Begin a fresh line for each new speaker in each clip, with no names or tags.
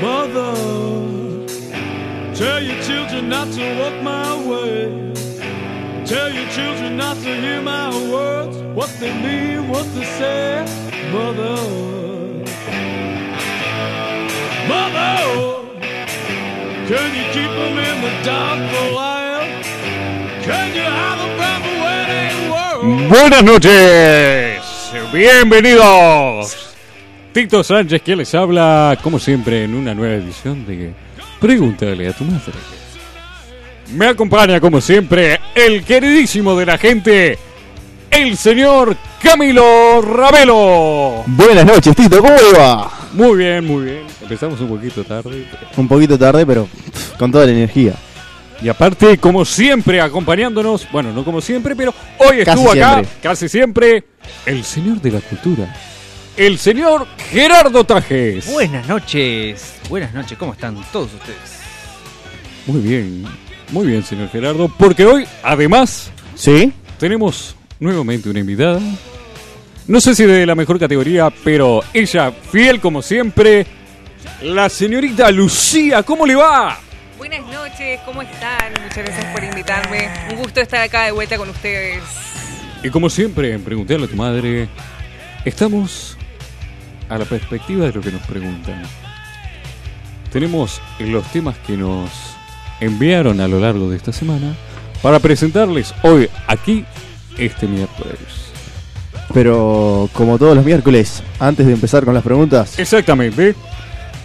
Mother, tell your children not to walk my way. Tell your children not to hear my words, what they mean, what they say. Mother, Mother, can you keep them in the dark for a while? Can you hide them from the wedding world?
Buenas noches, bienvenidos. Tito Sánchez que les habla, como siempre, en una nueva edición de Pregúntale a tu madre. Me acompaña, como siempre, el queridísimo de la gente, el señor Camilo Ravelo.
Buenas noches, Tito, ¿cómo le va?
Muy bien, muy bien. Empezamos un poquito tarde. pero-
Un poquito tarde, pero pff, con toda la energía.
Y aparte, como siempre, acompañándonos, bueno, no como siempre, pero hoy
Casi
estuvo acá,
siempre.
casi siempre, el señor de la cultura, el señor Gerardo Tajes.
Buenas noches, buenas noches, ¿cómo están todos ustedes?
Muy bien, muy bien, señor Gerardo, porque hoy, además,
¿Sí?
tenemos nuevamente una invitada. No sé si de la mejor categoría, pero ella, fiel como siempre, la señorita Lucía, ¿cómo le va?
Buenas noches, ¿cómo están? Muchas gracias por invitarme. Un gusto estar acá de vuelta con ustedes.
Y como siempre, en preguntarle a tu madre, estamos a la perspectiva de lo que nos preguntan. Tenemos los temas que nos enviaron a lo largo de esta semana para presentarles hoy aquí este miércoles.
Pero como todos los miércoles, antes de empezar con las preguntas,
Exactamente.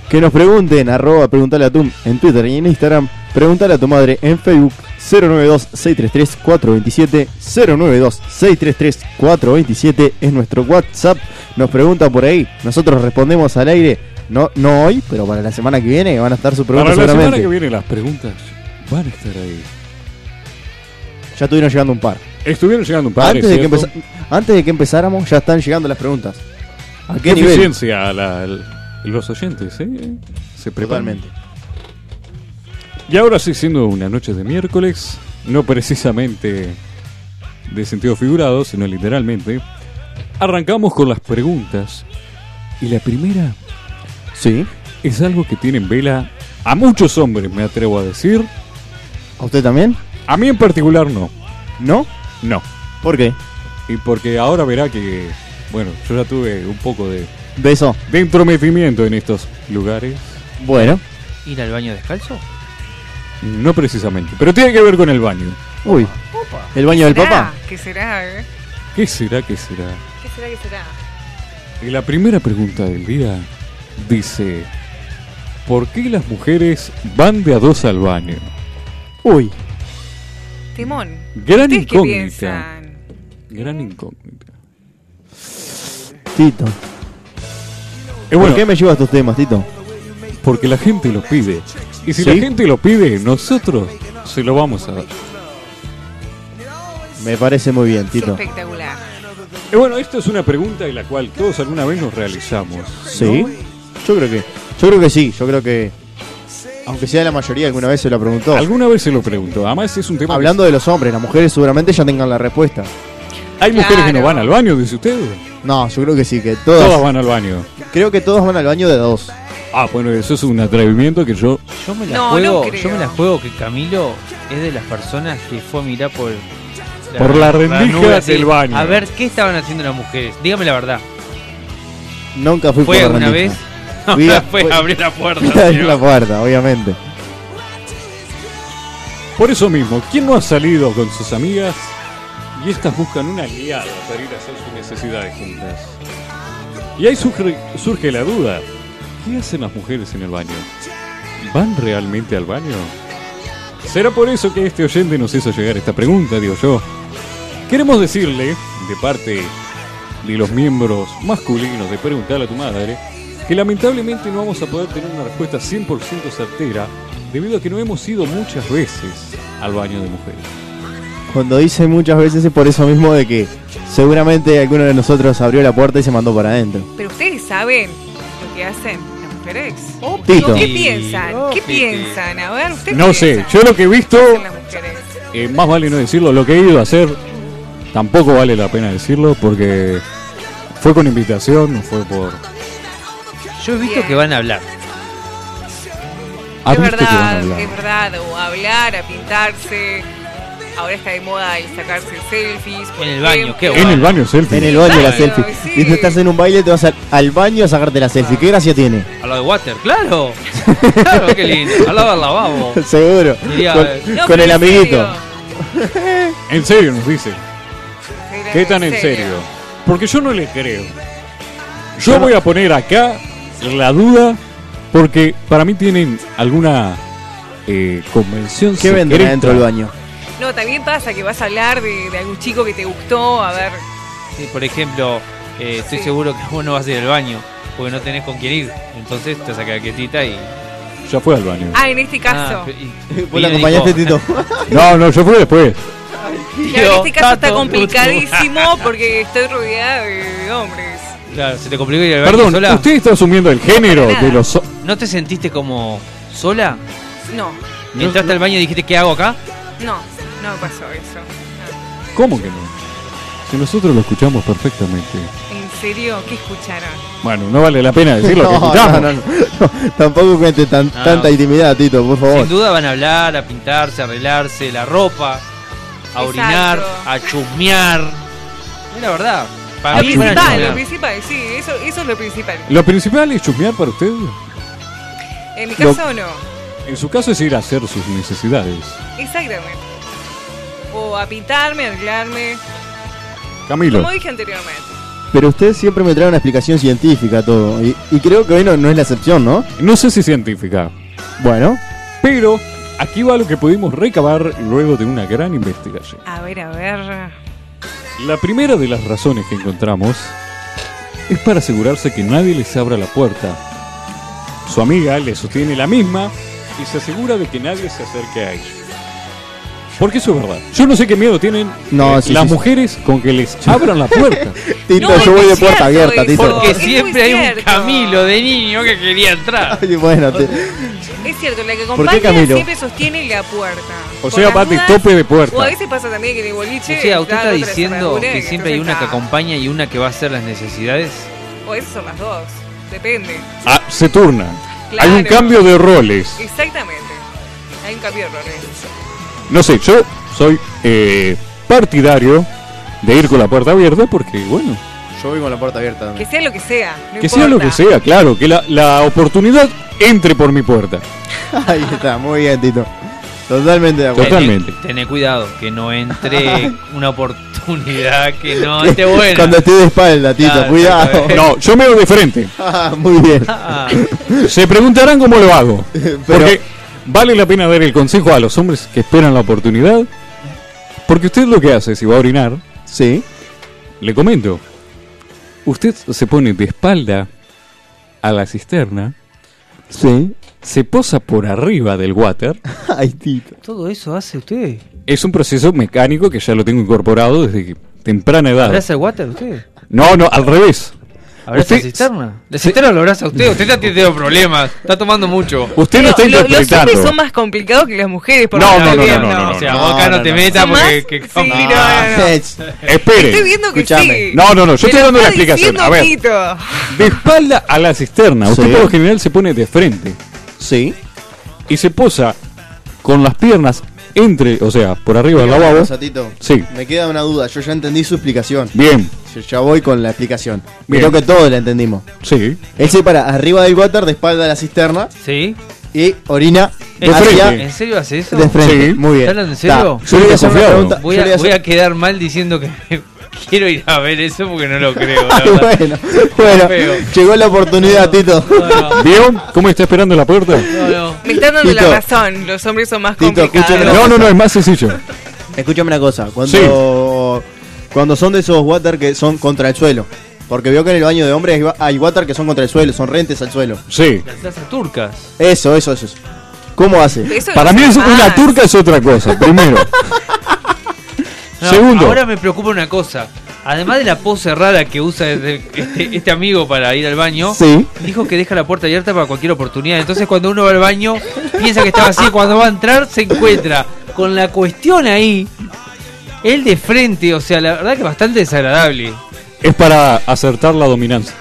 que nos pregunten, arroba preguntale a Tum en Twitter y en Instagram, preguntale a tu madre en Facebook 092-633-427, 092-633-427 es nuestro WhatsApp, nos preguntan por ahí, nosotros respondemos al aire, no, no hoy, pero para la semana que viene van a estar sus
Para
preguntas
la semana
seguramente.
que viene las preguntas van a estar ahí.
Ya estuvieron llegando un par.
Estuvieron llegando un par.
antes, de que
¿cierto?
empeza- antes de que empezáramos, ya están llegando las preguntas. ¿A
Qué
qué nivel?
eficiencia la- la- los oyentes, ¿eh? Se preparan.
Totalmente.
Y ahora sí, siendo una noche de miércoles, no precisamente de sentido figurado, sino literalmente, arrancamos con las preguntas. Y la primera
Sí.
es algo que tiene en vela a muchos hombres, me atrevo a decir.
¿A usted también?
A mí en particular no,
¿No?
no.
¿Por qué?
Y porque ahora verá que, bueno, yo ya tuve un poco de,
Beso.
de entrometimiento en estos lugares.
Bueno.
¿Ir al baño descalzo?
No precisamente, pero tiene que ver con el baño.
Uy. ¿El baño del papá?
¿Qué será? eh?
¿Qué será, qué será?
¿Qué será? ¿Qué será?
Y la primera pregunta del día dice, ¿por qué las mujeres van de a dos al baño?
Uy.
Timón.
Gran
¿Ustedes qué
incógnita.
piensan?
Gran incógnita.
Tito.
Es bueno,
¿Por qué me llevas estos temas, Tito?
porque la gente lo pide. Y si
¿Sí?
la gente lo pide, nosotros se lo vamos a dar.
Me parece muy bien,
Qué
Tito.
espectacular.
Y bueno, esta es una pregunta en la cual todos alguna vez nos realizamos.
¿Sí? Yo creo que. Yo creo que sí. Yo creo que. Aunque sea la mayoría, alguna vez se lo preguntó.
Alguna vez se lo preguntó. Además es un tema... que-
Hablando de los hombres, las mujeres seguramente ya tengan la respuesta.
Hay mujeres que no
Claro.
van al baño, dice usted.
No, yo creo que sí, que
Todas
todas.
van al baño.
Creo que todos van al baño de dos.
Ah, bueno, eso es un atrevimiento que yo...
Yo me la
No,
juego,
no creo.
yo me la juego que Camilo es de las personas que fue a mirar por
Por la rendija
ranura,
del baño.
A ver qué estaban haciendo las mujeres. Dígame la verdad.
Nunca fui
¿Fue
por la
alguna vez?
rendija.
Ahora
Vida-
fue a abrir la puerta.
Abrir
señor.
la puerta, obviamente.
Por eso mismo, ¿quién no ha salido con sus amigas y estas buscan una aliada para ir a hacer sus necesidades juntas? Y ahí surge, surge la duda, ¿qué hacen las mujeres en el baño? ¿Van realmente al baño? ¿Será por eso que este oyente nos hizo llegar esta pregunta, digo yo? Queremos decirle, de parte de los miembros masculinos de Preguntarle a tu Madre, que lamentablemente no vamos a poder tener una respuesta 100% certera debido a que no hemos ido muchas veces al baño de mujeres.
Cuando dice muchas veces es por eso mismo de que seguramente alguno de nosotros abrió la puerta y se mandó para adentro.
Pero ustedes saben lo que hacen las mujeres.
Tito.
¿Qué
Oh, Sí.
piensan?
Oh,
¿Qué
Titi.
piensan? A ver, ustedes
No
qué
sé,
piensan?
yo lo que he visto,
¿Qué hacen las mujeres?
eh, más vale no decirlo, lo que he ido a hacer tampoco vale la pena decirlo porque fue con invitación, no fue por...
Yo he visto que van a hablar.
Es
viste que van a
verdad,
hablar.
es verdad, o hablar, a pintarse. Ahora está de moda el sacarse selfies. por
En el baño, qué
En
ejemplo.
el baño selfie.
En el baño la
Claro,
selfie.
sí.
Dice, estás en un baile, te vas al, al baño a sacarte la selfie. ¿Qué gracia tiene?
A lo de water, claro. Claro, qué lindo. Al lado del lavabo.
Seguro.
Diría,
con
eh,
No,
con
pero
el
en
amiguito.
En serio nos dice.
serio,
¿Qué tan en serio? Porque yo no le creo. Yo voy a poner acá la duda porque para mí tienen alguna eh, convención
¿Qué vendrá
secreta.
dentro del baño?
No, también pasa que vas a hablar de, de algún chico que te gustó, a ver.
sí, por ejemplo, eh, estoy
Sí.
seguro que vos no vas a ir al baño porque no tenés con quién ir. Entonces te vas a quedar quietita y.
Ya fue al baño.
Ah, en este
Ah,
caso.
y-
Vos
y
la
le
acompañaste,
dijo,
Tito.
No, no, yo fui después.
Claro, en este caso está
Tato,
complicadísimo porque estoy rodeada de hombres.
Claro, se te complicó ir al baño
Perdón,
sola.
usted está asumiendo el género
para nada.
de los... ho-
¿No te sentiste como sola?
No,
¿Entraste al baño y dijiste qué hago acá?
no, no me pasó eso. No.
¿Cómo que no? Si nosotros lo escuchamos perfectamente.
¿En serio? ¿Qué escucharon?
Bueno, no vale la pena decirlo. que
No,
escuchamos.
no, no, no. Tampoco cuente tan-
No.
tanta intimidad, Tito, por favor.
Sin duda van a hablar, a pintarse, a arreglarse, la ropa, a
Exacto.
orinar, a chusmear. Es la verdad. Para
Lo
mí van a
principal, lo
chusmear.
principal, sí, eso, eso es lo principal.
Lo principal es chusmear para usted.
En mi
Lo-
caso no,
En su caso es ir a hacer sus necesidades.
exactamente. O a pintarme, a arreglarme,
Camilo.
como dije anteriormente.
Pero usted siempre me trae una explicación científica a todo. Y, y creo que hoy no, no es la excepción, ¿no?
No sé si científica,
Bueno,
pero aquí va lo que pudimos recabar luego de una gran investigación.
A ver, a ver.
La primera de las razones que encontramos es para asegurarse que nadie les abra la puerta. Su amiga le sostiene la misma y se asegura de que nadie se acerque a ella. Porque eso es verdad. Yo no sé qué miedo tienen
No,
eh,
sí,
las
sí, sí.
mujeres con que les abran la puerta.
Tito,
No, es
yo voy de
cierto
puerta abierta,
eso.
Tito.
¿Por
Porque
Es muy
siempre hay un
cierto.
Camilo de niño que quería entrar.
Ay, bueno, te-
Es cierto, la que
¿Por
acompaña
qué, Camilo?
siempre sostiene la puerta.
O
Por
sea,
las
aparte,
dudas,
tope de puerta.
O a veces pasa también que en el boliche.
O sea, usted
dan
está
otra
diciendo
cerradura y
que siempre hay
entonces
una que
está-
acompaña y una que va a hacer las necesidades.
O esas son las dos. Depende.
Ah, se turnan.
Claro.
Hay un cambio de roles.
Exactamente. Hay un cambio de ¿eh? roles.
No sé, yo soy eh, partidario de ir con la puerta abierta porque, bueno,
Yo voy con la puerta abierta
Que sea lo que sea. no
que sea lo
importa.
que sea, claro, que la, la oportunidad entre por mi puerta.
Ahí está, muy bien, Tito. Totalmente de acuerdo.
Totalmente.
Tené, tené cuidado, que no entre una oportunidad que no
este
esté buena.
Cuando esté de espalda, Tito,
Claro,
cuidado.
exactamente.
No, yo me veo de frente.
Ah, muy bien.
Ah,
Se preguntarán cómo lo hago. Porque
Pero-
vale la pena dar el consejo a los hombres que esperan la oportunidad. Porque usted lo que hace, si va a orinar,
Sí.
le comento. Usted se pone de espalda a la cisterna,
Sí.
se posa por arriba del water
Ay, Tito.
¿Todo eso hace usted?
Es un proceso mecánico que ya lo tengo incorporado desde que- temprana edad.
¿Abraza el water usted?
No, no, al revés.
¿Abraza la
Usted-
cisterna? La cisterna lo abraza usted. Usted está teniendo problemas. Está tomando mucho.
Usted lo
No,
está
lo- los hombres
interpretando.
son más complicados que las mujeres. Por
No,
lo que
no,
estoy
no,
viendo.
no, no, no.
O sea,
no,
vos acá no,
no,
te
no.
metas
¿Son más?
porque... que- Ah.
Sí, no, no,
Ah,
no. Estoy
Espere.
viendo que
Escuchame.
sí.
No, no, no, yo
Te
estoy
lo
dando la
está
explicación. A ver,
diciendo,
de espalda a la cisterna. Usted
Sí.
por lo general se pone de frente
Sí.
y se posa con las piernas entre, o sea, por arriba del lavabo.
Cosa, Tito.
Sí.
Me queda una duda. Yo ya entendí su explicación.
Bien,
Yo ya voy con la explicación.
Bien.
Creo que todos la entendimos.
sí.
Él se para arriba del water, de espalda a la cisterna
¿Sí?
y orina
De
hacia
frente.
¿En serio hace eso?
de frente.
Sí.
Muy bien.
¿Está hablando en serio?
Está. Yo le voy a hacer una
Confiado.
pregunta.
Voy
yo le voy
a,
a
voy
hacer-
a quedar mal diciendo que quiero ir a ver eso porque no lo creo. la
Ay,
verdad.
bueno, bueno,
Feo.
llegó la oportunidad, Tito.
No,
¿Vieron cómo está esperando la puerta?
no, no,
Me están dando
Tito.
la razón. Los hombres son más
Tito, escúchame.
complicados.
No, no, no, es más sencillo.
Escúchame una cosa, cuando, cuando son de esos water que son contra el suelo, porque veo que en el baño de hombres hay wa- hay water que son contra el suelo, son rentes al suelo.
Sí.
Las tazas turcas.
Eso, eso, eso. eso. ¿Cómo hace?
Eso
Para
no
mí
sé
es una
Ah.
más.
turca es otra cosa, primero.
No,
Segundo.
Ahora me preocupa una cosa. Además de la pose rara que usa este, este- este amigo para ir al baño,
Sí.
dijo que deja la puerta abierta para cualquier oportunidad. Entonces cuando uno va al baño, piensa que está vacío. Cuando va a entrar, se encuentra con la cuestión ahí. Él de frente, o sea, la verdad que es bastante desagradable.
es para acertar la dominancia.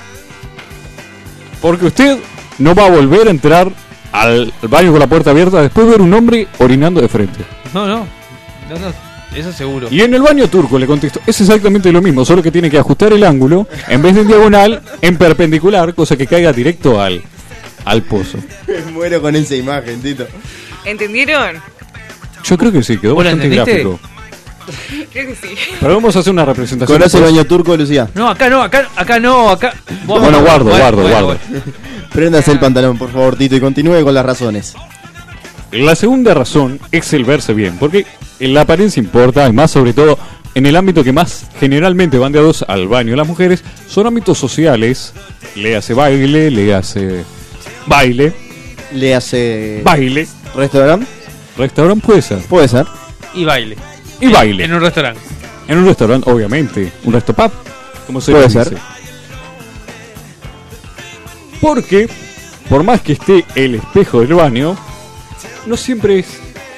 Porque usted no va a volver a entrar al baño con la puerta abierta después de ver un hombre orinando de frente.
No, no. No, no. Eso seguro.
Y en el baño turco le contestó, es exactamente lo mismo, solo que tiene que ajustar el ángulo, en vez de en diagonal, en perpendicular, cosa que caiga directo al, al pozo.
Muero con esa imagen, Tito.
¿Entendieron?
Yo creo que sí, quedó
¿Vos la
bastante
entendiste?
gráfico.
Creo que sí.
Pero vamos a hacer una representación.
¿Conoce el
después.
baño turco, Lucía?
No, acá no, acá, acá no, acá.
Bueno, guardo, guardo, guardo.
Préndase el pantalón, por favor, Tito, y continúe con las razones.
La segunda razón es el verse bien, porque la apariencia importa, y más sobre todo en el ámbito que más generalmente van de a dos al baño las mujeres, son ámbitos sociales, le hace baile, le hace baile,
Le hace.
baile,
¿Restaurante?
restaurante puede ser,
Puede ser.
Y baile.
y baile,
En un restaurante.
en un restaurante obviamente, un restopap, como se
Puede
le
ser.
dice. Porque, por más que esté el espejo del baño, no siempre es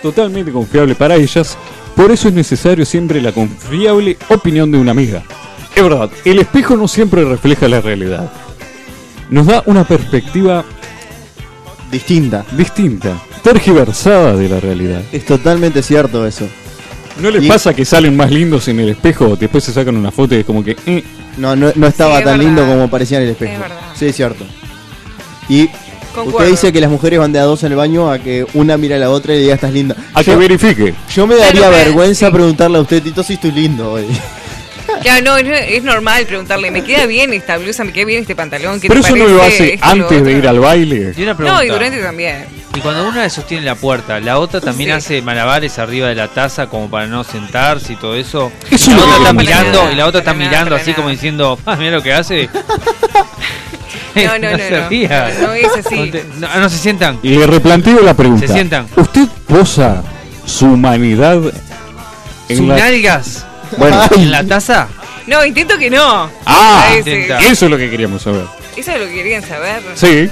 totalmente confiable para ellas. Por eso es necesario siempre la confiable opinión de una amiga. Es verdad, el espejo no siempre refleja la realidad. Nos da una perspectiva
Distinta.
distinta, tergiversada de la realidad.
Es totalmente cierto eso.
¿No les
Y-
pasa que salen más lindos en el espejo, después se sacan una foto y es como que... "Eh,
No, no, no estaba
Sí, es
tan
verdad.
lindo como parecía en el espejo.
Es verdad.
Sí, es cierto. Y usted
Concuerdo.
dice que las mujeres van de a dos en el baño a que una mira a la otra y le diga estás linda.
a que
yo,
verifique.
yo me
Claro,
daría
pero-
vergüenza
sí.
preguntarle a usted, Tito, si estoy lindo hoy.
Claro, no, es, es normal preguntarle, ¿me queda bien esta blusa? ¿Me queda bien este pantalón? ¿Qué
Pero
te
eso no lo
parece?
hace
Esto, lo
antes de
otro.
ir al baile.
Y una pregunta.
No, y durante también.
Y cuando una sostiene la puerta, la otra también
Sí.
hace malabares arriba de la taza como para no sentarse y todo eso.
Eso
Y
es
la
lo
otra
que
está
vemos.
mirando
Para
y la otra está
nada, para
mirando
nada,
así
para
como
nada.
diciendo, ah, mira lo que hace.
No, no, no,
se
no.
ría.
No, no es así.
No, te- no- no se sientan.
Y le replanteo la pregunta.
Se sientan.
¿Usted posa su humanidad en
Sus
la-
nalgas
Bueno,
en la taza.
No, intento que no.
ah,
A ese.
intenta.
eso es lo que queríamos saber.
Eso es lo que querían saber.
Sí,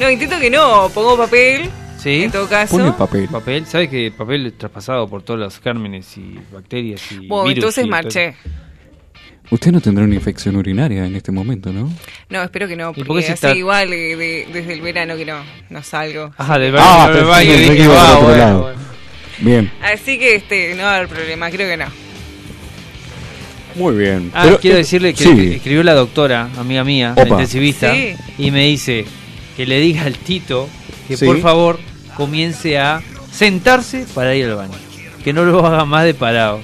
No, intento que no. Pongo papel,
Sí.
en todo caso.
pone papel.
Papel, ¿sabes que papel es traspasado por todos los gérmenes y bacterias y
Bueno,
virus
entonces
y todo eso?
marché.
Usted no tendrá una infección urinaria en este momento, ¿no?
No, espero que no, porque
por qué se
así
está-
igual eh, de- desde el verano que no, no salgo.
Ajá, del
Ah,
baño, del
pensé
baño,
que
dije,
iba
"Ah,
por otro
bueno,
lado".
bueno".
Bien.
Así que este, no va a haber problema, creo que no.
Muy bien.
Ah,
Pero- eh,
quiero decirle que
Sí.
escribió la doctora, amiga mía, la
Opa.
intensivista,
Sí.
y me dice que le diga al Tito que
Sí.
por favor comience a sentarse para ir al baño. Que no lo haga más de parado,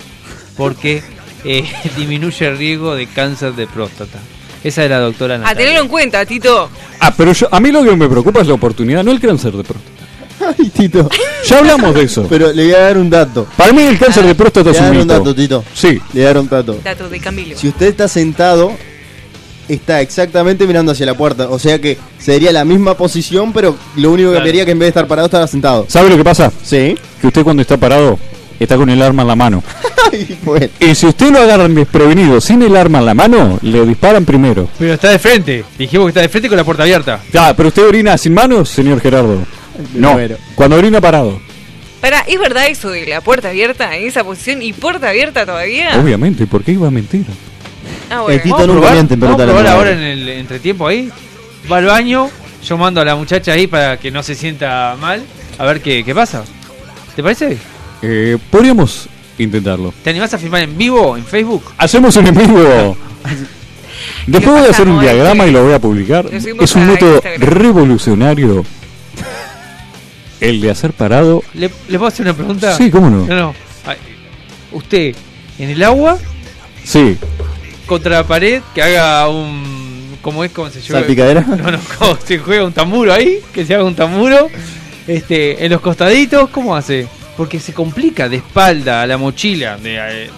porque eh, disminuye el riesgo de cáncer de próstata. Esa es la doctora
A
Natalia.
tenerlo en cuenta, Tito.
Ah, pero yo, a mí lo que me preocupa es la oportunidad, no el cáncer de próstata.
Ay, Tito.
Ya hablamos de eso.
Pero le voy a dar un dato.
Para mí el cáncer
Ah.
de próstata
Le voy
es
a
un
dar un
mito.
dato, Tito.
Sí.
Le voy a dar un dato.
Dato de Camilo.
Si usted está sentado, está exactamente mirando hacia la puerta. O sea que sería la misma posición, pero lo único que
Claro.
cambiaría es que en vez de estar parado, estará sentado.
¿Sabe lo que pasa?
Sí.
Que usted cuando está parado está con el arma en la mano.
Ay, bueno.
Y si usted lo agarran desprevenido sin el arma en la mano, le disparan primero.
Pero está de frente. Dijimos que está de frente con la puerta abierta.
Ya, pero usted orina sin manos, señor Gerardo.
Me
no,
muero.
cuando orina parado.
Para, ¿es verdad eso de la puerta abierta en esa posición y puerta abierta todavía?
Obviamente, ¿por qué iba a mentir?
Ah,
El Tito
bueno.
nunca
probar?
miente, pero
Vamos a
tal
probar ahora en el entretiempo ahí. Va al baño, yo mando a la muchacha ahí para que no se sienta mal. A ver qué, qué pasa. ¿Te parece?
Eh, podríamos intentarlo.
¿Te animás a filmar en vivo, en Facebook?
Hacemos un enemigo. Después voy a hacer un
pasamos,
diagrama
eh?
y lo voy a publicar.
Lo subimos
Es un
a
método
Instagram.
revolucionario. El de hacer parado.
¿Le, ¿le puedo hacer una pregunta?
Sí, cómo
No,
no.
no. Ay, Usted, en el agua,
Sí.
contra la pared, que haga un... ¿Cómo es? ¿Cómo se llama?
¿Salpicadera?
No, no, ¿cómo se juega un tamburo ahí? Que se haga un tamburo. Este, en los costaditos, ¿cómo hace? Porque se complica de espalda a la mochila. de, eh,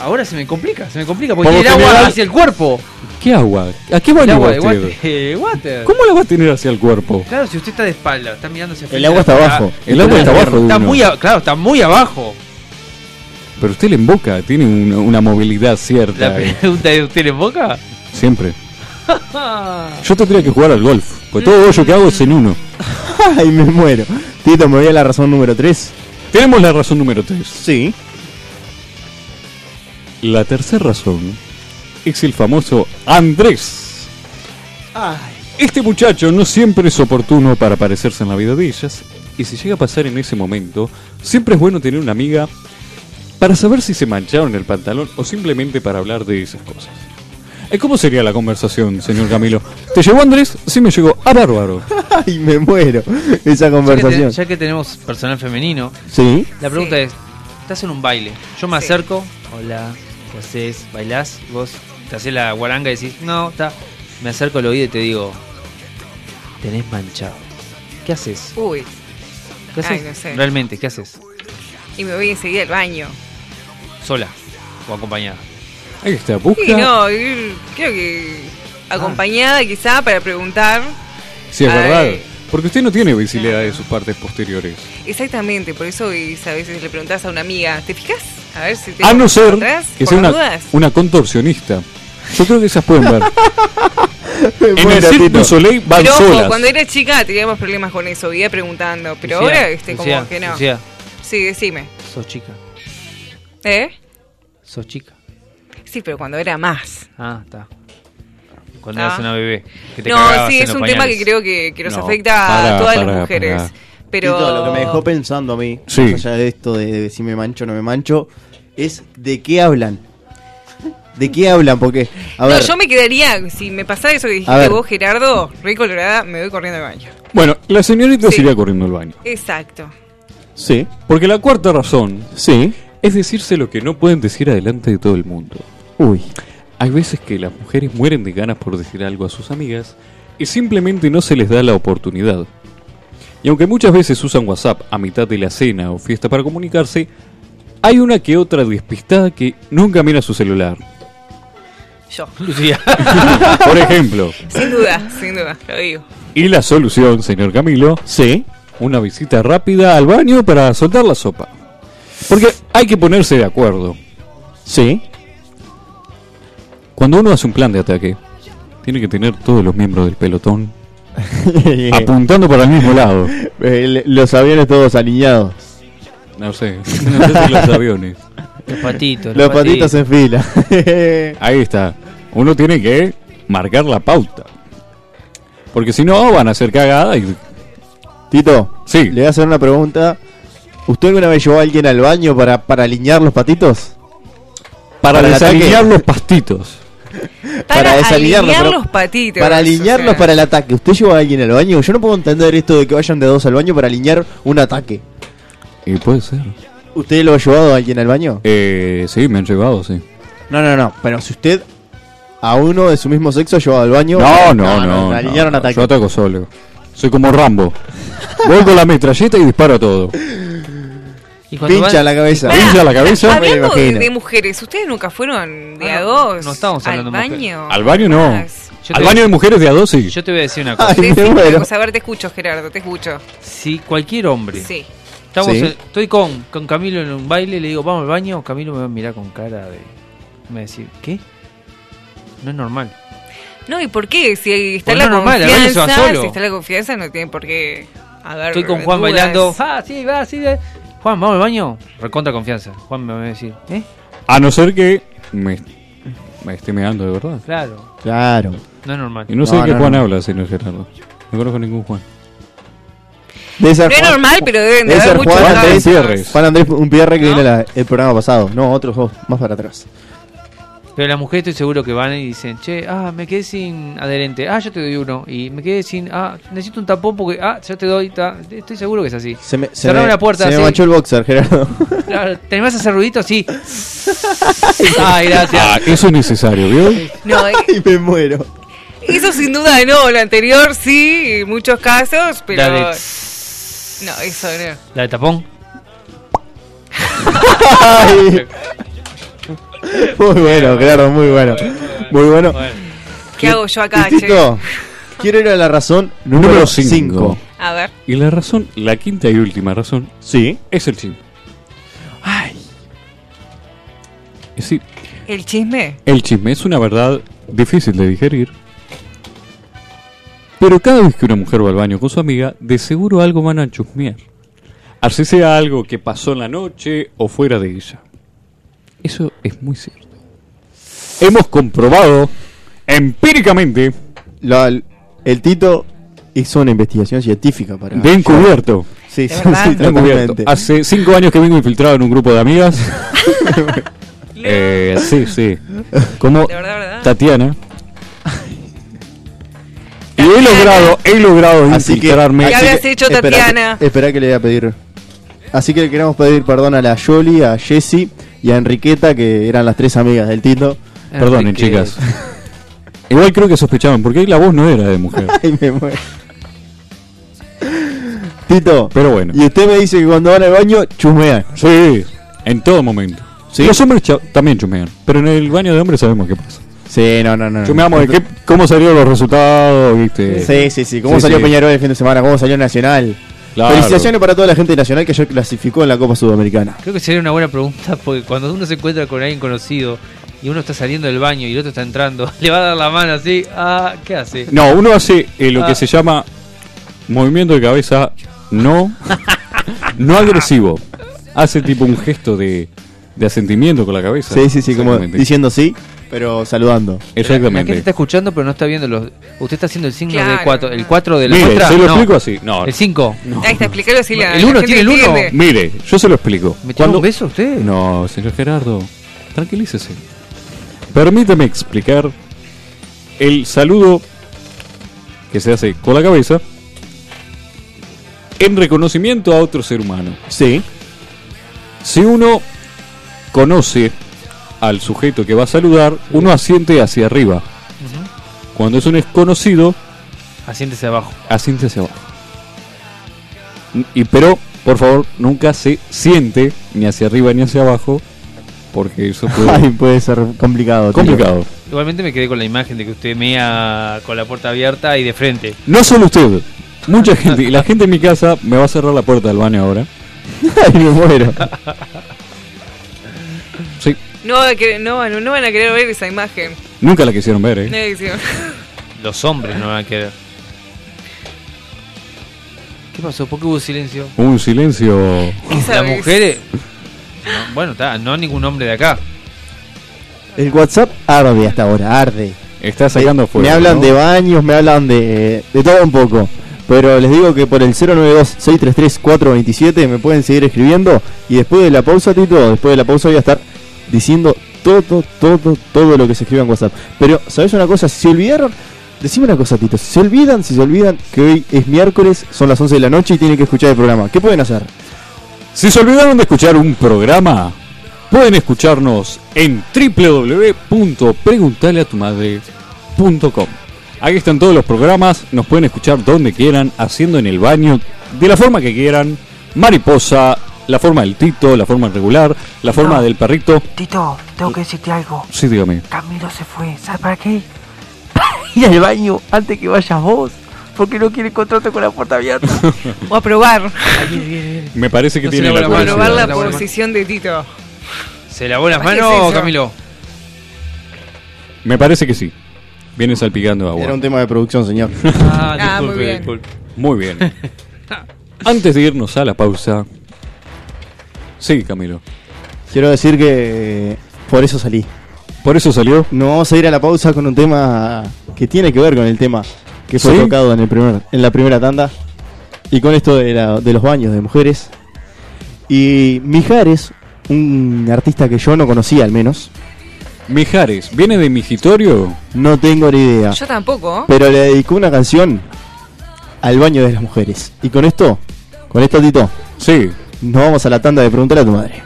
ahora se me complica, se me complica. Porque
Por lo
tiene el agua
general-
hacia el cuerpo.
¿Qué agua? ¿A qué
El
baño
agua
va
de
usted?
water. eh, water.
¿Cómo la va a tener hacia el cuerpo?
Claro, si usted está de espalda, está mirando hacia
El agua está abajo.
El agua está abajo de
Está
uno.
muy a- claro, está muy abajo.
Pero usted le emboca, tiene una, una movilidad cierta.
La
eh,
pregunta de usted en boca.
Siempre. Yo tendría que jugar al golf, pues todo hoyo que hago es en uno.
Ay, me muero. Tito, me voy a la razón número 3.
Tenemos la razón número 3.
Sí.
La tercera razón es el famoso Andrés.
Ay,
Este muchacho no siempre es oportuno para aparecerse en la vida de ellas, y si llega a pasar en ese momento, siempre es bueno tener una amiga para saber si se mancharon el pantalón o simplemente para hablar de esas cosas. Eh, ¿Cómo sería la conversación, señor Camilo? ¿Te llegó Andrés? Sí, me llegó. ¡Ah, bárbaro!
Ay, me muero. Esa
Ya que te-
conversación.
ya que tenemos personal femenino,
Sí.
La pregunta
Sí.
es, estás en un baile, yo me
Sí.
acerco, hola, vos hacés, bailás, vos te haces la guaranga y decís, no, está, me acerco al oído y te digo, tenés manchado. ¿Qué haces?
Uy,
¿Qué
Ay,
haces?
no sé.
Realmente, ¿qué haces?
y me voy enseguida al baño.
¿Sola o acompañada?
Ahí está, busca.
Sí, no, y- creo que acompañada quizá para preguntar
Si es
Ay.
verdad. Porque usted no tiene visibilidad de sus partes posteriores.
exactamente, por eso es- a veces le preguntás a una amiga, ¿te fijas? A ver si te
A no ser
atrás,
que
por
sea
las
una,
dudas.
una contorsionista. Yo creo que esas pueden ver.
Me
en el
muero,
Cirque
Tito.
du Soleil van
Pero ojo,
solas.
cuando era chica teníamos problemas con eso, iba preguntando, pero
Lucía,
ahora este, como
Lucía,
que no.
Lucía,
Sí, decime.
sos chica,
¿Eh?
sos chica.
Sí, pero cuando era más.
Ah, está. Cuando
Ah.
eras una bebé. que te
No,
cagabas
sí,
en
es
los
un tema
pañales.
que creo que, que nos
No,
afecta
pará,
a todas
pará,
las mujeres.
pará.
Pero...
Tito, lo que me dejó pensando a mí,
Sí.
más allá de esto de, de si me mancho o no me mancho, es de qué hablan. ¿De qué hablan? Porque, a ver,
No, yo me quedaría, si me pasara eso que
A
dijiste
ver.
vos, Gerardo, re colorada, me voy corriendo al baño.
Bueno, la señorita
Sí.
se iría corriendo al baño.
Exacto.
sí,
Porque la cuarta razón
sí,
es decirse lo que no pueden decir adelante de todo el mundo.
uy,
Hay veces que las mujeres mueren de ganas por decir algo a sus amigas y simplemente no se les da la oportunidad. Y aunque muchas veces usan WhatsApp a mitad de la cena o fiesta para comunicarse, hay una que otra despistada que nunca mira su celular.
Yo.
Lucía.
Por ejemplo.
Sin duda, sin duda, lo digo.
Y la solución, señor Camilo,
sí.
una visita rápida al baño para soltar la sopa. Porque hay que ponerse de acuerdo.
Sí.
Cuando uno hace un plan de ataque, tiene que tener todos los miembros del pelotón apuntando para el mismo lado.
Eh, los aviones todos alineados.
No sé, no sé si los aviones.
Los patitos.
Los patitos en fila.
Ahí está. Uno tiene que marcar la pauta. Porque si no, van a hacer cagada y...
Tito,
Sí.
le voy a hacer una pregunta. ¿Usted alguna vez llevó a alguien al baño para, para alinear los patitos?
Para,
Para el ataque.
desalinear los pastitos.
Para,
desalinearlos,
alinear
pero-
los patitos.
Para
o
alinearlos
sea,
para el ataque. ¿Usted llevó a alguien al baño? Yo no puedo entender esto de que vayan de dos al baño para alinear un ataque.
Y puede ser.
¿Usted lo ha llevado a alguien al baño?
Eh, sí, me han llevado, sí.
No, no, no. Pero si usted a uno de su mismo sexo ha llevado al baño.
No, no, no.
para alinear un
no,
ataque.
Yo ataco solo. Soy como Rambo. Voy con la metralleta y disparo todo.
Y cuando
Pincha
van-
la cabeza.
Pará,
Pincha la cabeza.
me
Hablando de,
imagino.
de mujeres, ¿ustedes nunca fueron de
Ah,
a
no,
dos?
no estamos hablando de
al
mujeres.
baño.
Al baño no.
Más.
Yo
Al
te-
baño de mujeres de a dos sí.
Yo te voy a decir una cosa.
Ay, me
Decime una
muero.
cosa, a ver, te escucho, Gerardo, te escucho.
Si cualquier hombre
Sí.
Estamos
Sí.
en- estoy con, con Camilo en un baile, le digo, vamos al baño, Camilo me va a mirar con cara de... Me va a decir, ¿qué? No es normal.
No, ¿y por qué? Si está
Pues
la
no, normal, al baño se
confianza,
van solo.
si está la confianza, no tienen por qué haber
Estoy con Juan
dudas.
bailando. Ah, sí, va, sí, va. Juan, vamos al baño. Recontra confianza. Juan me va a decir, ¿eh?
A no ser que me, me esté meando de verdad.
Claro,
Claro.
no es normal.
Y no sé
No,
de qué
no,
Juan
no.
habla, sino Gerardo. No conozco ningún Juan.
Debe ser
No es
Juan-
normal, pero deben de
Debe
haber
ser
muchos
Juan
casos.
Andrés
Gutiérrez.
Juan Andrés Umpierre que
¿No?
viene la- el programa pasado. No, otros dos, más para atrás.
Pero las mujeres estoy seguro que van y dicen, che, ah, me quedé sin adherente. Ah, yo te doy uno. Y me quedé sin, ah, necesito un tapón porque, ah, yo te doy. ta". Estoy seguro que es así.
Se me, se
Cerrame
me-
la puerta,
se me
sí.
manchó el boxer, Gerardo.
Claro, ¿Te animás a hacer ruidito? Sí. Ay, gracias.
Ah, eso es necesario, ¿vio?
No, eh,
y me muero.
eso sin duda no, lo anterior sí, en muchos casos, pero...
La de-
No, eso no.
La de tapón.
Ay. Muy bueno, Gerardo, muy bueno. Muy bueno.
¿Qué hago yo acá,
Y
che?
Tito, quiero ir a la razón número
Número 5.
5.
A ver.
Y la razón, la quinta y última razón,
Sí.
es el chisme. Ay. Sí,
¿El chisme?
el chisme es una verdad difícil de digerir. Pero cada vez que una mujer va al baño con su amiga, de seguro algo van a chusmear. Así sea algo que pasó en la noche o fuera de ella. Eso es muy cierto. Hemos comprobado empíricamente
Lo, el Tito hizo una investigación científica para.
Bien cubierto.
Sí, sí,
¿Es
sí,
verdad?
Bien cubierto.
totalmente.
Hace cinco años que vengo infiltrado en un grupo de amigas. Eh, sí, sí. Como
De verdad, verdad.
Tatiana. Y he logrado, he logrado
Así que.
infiltrarme.
Ya
así
habías
que-
hecho,
espera que-
Tatiana.
Espera que le voy a pedir. Así que le queremos pedir perdón a la Yoli, a Jessy y a Enriqueta, que eran las tres amigas del Tito.
Perdonen,
Enrique.
chicas. Igual creo que sospechaban, porque ahí la voz no era de mujer.
Ay, me muero. Tito,
Pero bueno.
y usted me dice que cuando van al baño chumean.
Sí, en todo momento. Los hombres cha- también chumean, pero en el baño de hombres sabemos qué pasa.
Sí, no, no, no. no.
Chumeamos de qué, cómo salieron los resultados, ¿viste?
Sí, sí, sí. ¿Cómo
Sí,
salió
sí.
Peñarol el fin de semana? ¿Cómo salió Nacional?
Claro.
Felicitaciones para toda la gente de nacional que ayer clasificó en la Copa Sudamericana.
Creo que sería una buena pregunta porque cuando uno se encuentra con alguien conocido y uno está saliendo del baño y el otro está entrando, le va a dar la mano así, ah, ¿qué hace?
No, uno hace eh, lo que
Ah.
se llama movimiento de cabeza no, no agresivo. Hace tipo un gesto de, de asentimiento con la cabeza.
Sí, sí, sí, como
Exactamente.
diciendo sí, pero saludando.
La gente
Exactamente.
está escuchando pero no está viendo los... Usted está haciendo el signo
Claro.
de 4, el 4 de la
Mire,
muestra.
se lo
No.
explico así. No,
El 5.
Ahí está, explícalo así. la-
El
la
uno
gente
tiene el uno.
entiende.
mire, yo se lo explico.
¿Me tiró
Cuando-
un beso usted?
No, señor Gerardo, tranquilícese. Permítame explicar el saludo que se hace con la cabeza en reconocimiento a otro ser humano.
Sí.
Si uno conoce al sujeto que va a saludar, uno asiente hacia arriba. Cuando es un desconocido,
Asiéntese abajo.
asiente hacia abajo. Y pero, por favor, nunca se siente ni hacia arriba ni hacia abajo, porque eso puede
Ay, puede ser complicado. tío.
complicado.
Igualmente me quedé con la imagen de que usted mea con la puerta abierta y de frente.
No solo usted, mucha gente, y la gente en mi casa me va a cerrar la puerta del baño ahora.
Ay, me muero.
Sí,
No, que- no, no, no van a querer ver esa imagen.
nunca la quisieron ver,
No
¿eh?
hay edición.
Los hombres no van a querer. ¿Qué pasó? ¿Por qué hubo silencio?
Un silencio.
Esa
Las
vez.
mujeres... No, bueno, está, no ningún hombre de acá.
El WhatsApp arde hasta ahora, arde.
Está sacando
Me-
fuego.
me hablan
¿no?
de baños, me hablan de, de todo un poco. Pero les digo que por el 092-633-427 me pueden seguir escribiendo. Y después de la pausa, Tito, después de la pausa voy a estar diciendo todo, todo, todo lo que se escribe en WhatsApp. Pero, ¿sabes una cosa? Si se olvidaron, decime una cosa, Tito. Si se olvidan, si se olvidan que hoy es miércoles, son las 11 de la noche y tienen que escuchar el programa. ¿Qué pueden hacer?
Si se olvidaron de escuchar un programa, pueden escucharnos en www.preguntaleatumadre.com. Ahí están todos los programas, nos pueden escuchar donde quieran, haciendo en el baño, de la forma que quieran. Mariposa, la forma del Tito, la forma regular, la forma del perrito.
Tito, tengo que decirte algo.
Sí, dígame.
Camilo se fue. ¿Sabes para qué? Para ir al baño antes que vayas vos. Porque no quiere encontrarte con la puerta abierta.
O a probar.
Me parece que
No
tiene
se le
la
va
A
la
probar
mano,
curiosidad.
la
la buena
posición de Tito.
¿Se lavó las
¿Para qué
manos,
es eso?
Camilo?
Me parece que sí. Viene salpicando agua.
Era un tema de producción, señor.
Ah,
Ah, muy
disculpe,
bien.
disculpe.
Muy bien. Antes de irnos a la pausa. Sí, Camilo.
Quiero decir que eh, por eso salí.
Por eso salió.
Nos vamos a ir a la pausa con un tema que tiene que ver con el tema que fue
¿Sí?
tocado en, el primer, en la primera tanda. Y con esto de, la- de los baños de mujeres. Y Mijares, un artista que yo no conocía al menos,
Mijares, ¿viene de Mijitorio?
no tengo ni idea.
Yo tampoco.
Pero le dedicó una canción al baño de las mujeres. Y con esto, con esto Tito,
Sí.
nos vamos a la tanda de preguntar a tu madre.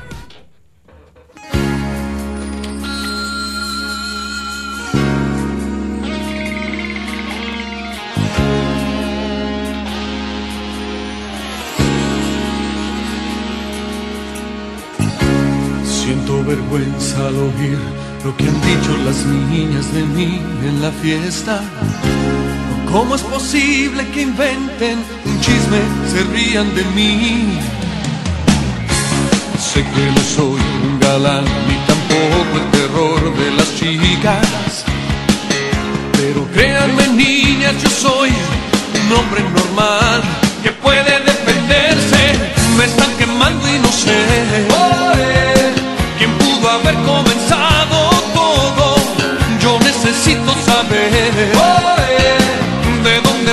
Siento vergüenza al oír lo que han dicho las niñas de mí en la fiesta. ¿Cómo es posible que inventen un chisme, se rían de mí? Sé que no soy un galán ni tampoco el terror de las chicas. Pero créanme niñas, yo soy un hombre normal que puede defenderse. Me están quemando y no sé quién pudo haber comenzado todo. Yo necesito saber de dónde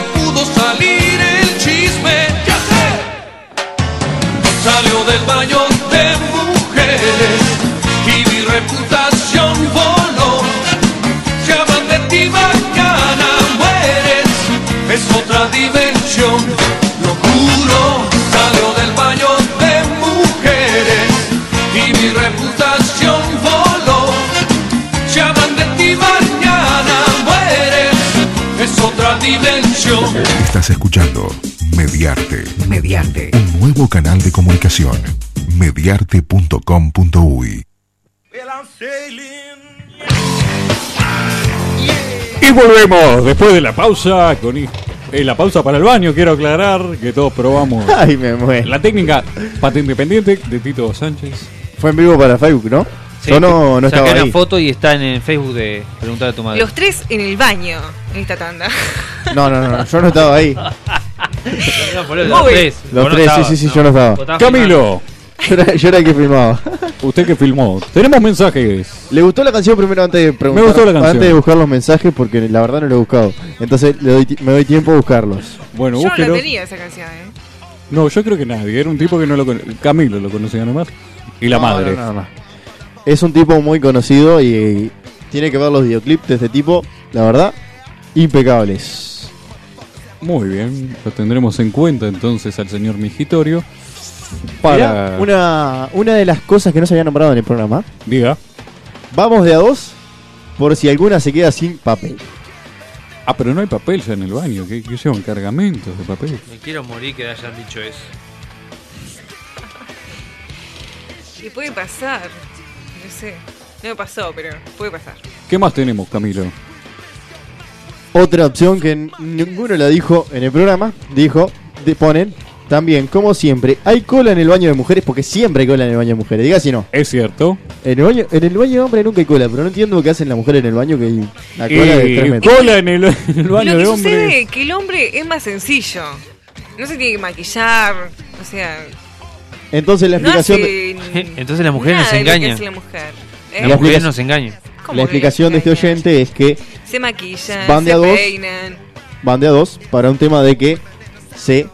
Estás escuchando Mediarte,
Mediante.
un nuevo canal de comunicación. Mediarte.com.uy
Y volvemos Oh, después de la pausa con i- eh, la pausa para el baño, quiero aclarar que todos probamos
Ay, me muero.
la técnica pata independiente de Tito Sánchez.
Fue en vivo para Facebook, ¿no? Yo no, no
Saqué
estaba
una
ahí.
foto y está en el Facebook de preguntar a tu madre.
Los tres en el baño en esta tanda.
No, no, no, no, yo no estaba ahí.
No, no, boludo,
Uy.
Los
Vos no
tres, sí,
estabas,
sí, sí, yo no estaba.
Vos estabas
Camilo,
filmando.
Yo era, yo era el que filmaba.
usted que filmó, tenemos mensajes.
¿Le gustó la canción primero antes de preguntar?
Me gustó la canción.
Antes de buscar los mensajes, porque la verdad no lo he buscado. Entonces le doy ti- me doy tiempo a buscarlos.
Bueno,
Yo no la
búsquelo.
tenía esa canción, ¿eh?
No, yo creo que nadie, era un tipo que no lo conocía. Camilo lo conocía nomás. Y la
No,
madre.
no, no, no. Es un tipo muy conocido y tiene que ver los videoclips de este tipo, la verdad, impecables.
Muy bien, lo tendremos en cuenta entonces al señor Migitorio.
Mirá,
Para.
una, una de las cosas que no se había nombrado en el programa.
Diga.
Vamos de a dos por si alguna se queda sin papel.
Ah, pero no hay papel ya en el baño. ¿Qué, qué llevan? Cargamentos de papel.
Me quiero morir que hayan dicho eso.
Y puede pasar. No sé. No me pasó, pero puede pasar.
¿Qué más tenemos, Camilo?
Otra opción que n- ninguno la dijo en el programa, dijo, de- ponen también, como siempre, hay cola en el baño de mujeres, porque siempre hay cola en el baño de mujeres, diga si no.
Es cierto.
En el baño, en el baño de hombre nunca hay cola, pero no entiendo qué hacen las mujeres en el baño que hay una cola de
Eh,
tres
Y
metros.
cola en el, en el
Lo
baño
que
de
sucede
hombres.
es que el hombre es más sencillo. No se tiene que maquillar. O sea,
Entonces la
no
explicación... de-
hace.
Entonces las mujeres
nada
nos
de lo que
engañan.
hace la mujer. ¿eh?
Las mujeres
explicación-
nos engañan.
¿Cómo
La
que
explicación de este
engañan?
oyente es que
Se maquillan,
Van de a
se
dos.
peinan.
van de a dos para un tema de que se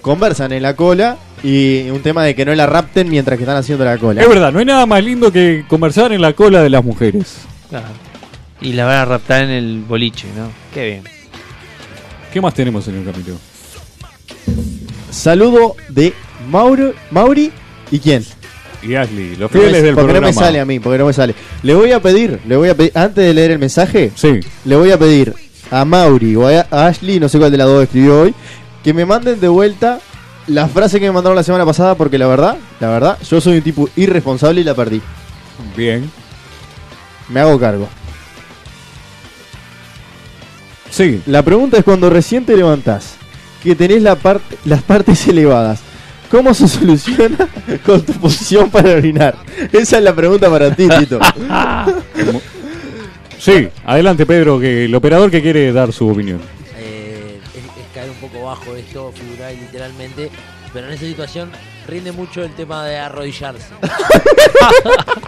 conversan en la cola y un tema de que no la rapten mientras que están haciendo la
Es
cola.
verdad, no hay nada más lindo que conversar en la cola de las mujeres.
Claro. Y la van a raptar en el boliche, ¿no? Qué bien.
¿Qué más tenemos, señor Camilo?
Saludo de Mauro, Mauri y quién?
Y Ashley, los
No
fieles
me-
del
porque
programa.
no me sale a mí, porque no me sale. Le voy a pedir, le voy a pedir, antes de leer el mensaje,
Sí.
le voy a pedir a Mauri o a a Ashley, no sé cuál de las dos escribió hoy, que me manden de vuelta la frase que me mandaron la semana pasada, porque la verdad, la verdad, yo soy un tipo irresponsable y la perdí.
Bien.
Me hago cargo.
Sí.
La pregunta es cuando recién te levantás, que tenés la parte, las partes elevadas, ¿cómo se soluciona con tu posición para orinar? Esa es la pregunta para ti, Tito.
Sí. Adelante, Pedro, que el operador que quiere dar su opinión.
Eh, es, es caer un poco bajo esto, figurar literalmente. Pero en esta situación rinde mucho el tema de arrodillarse.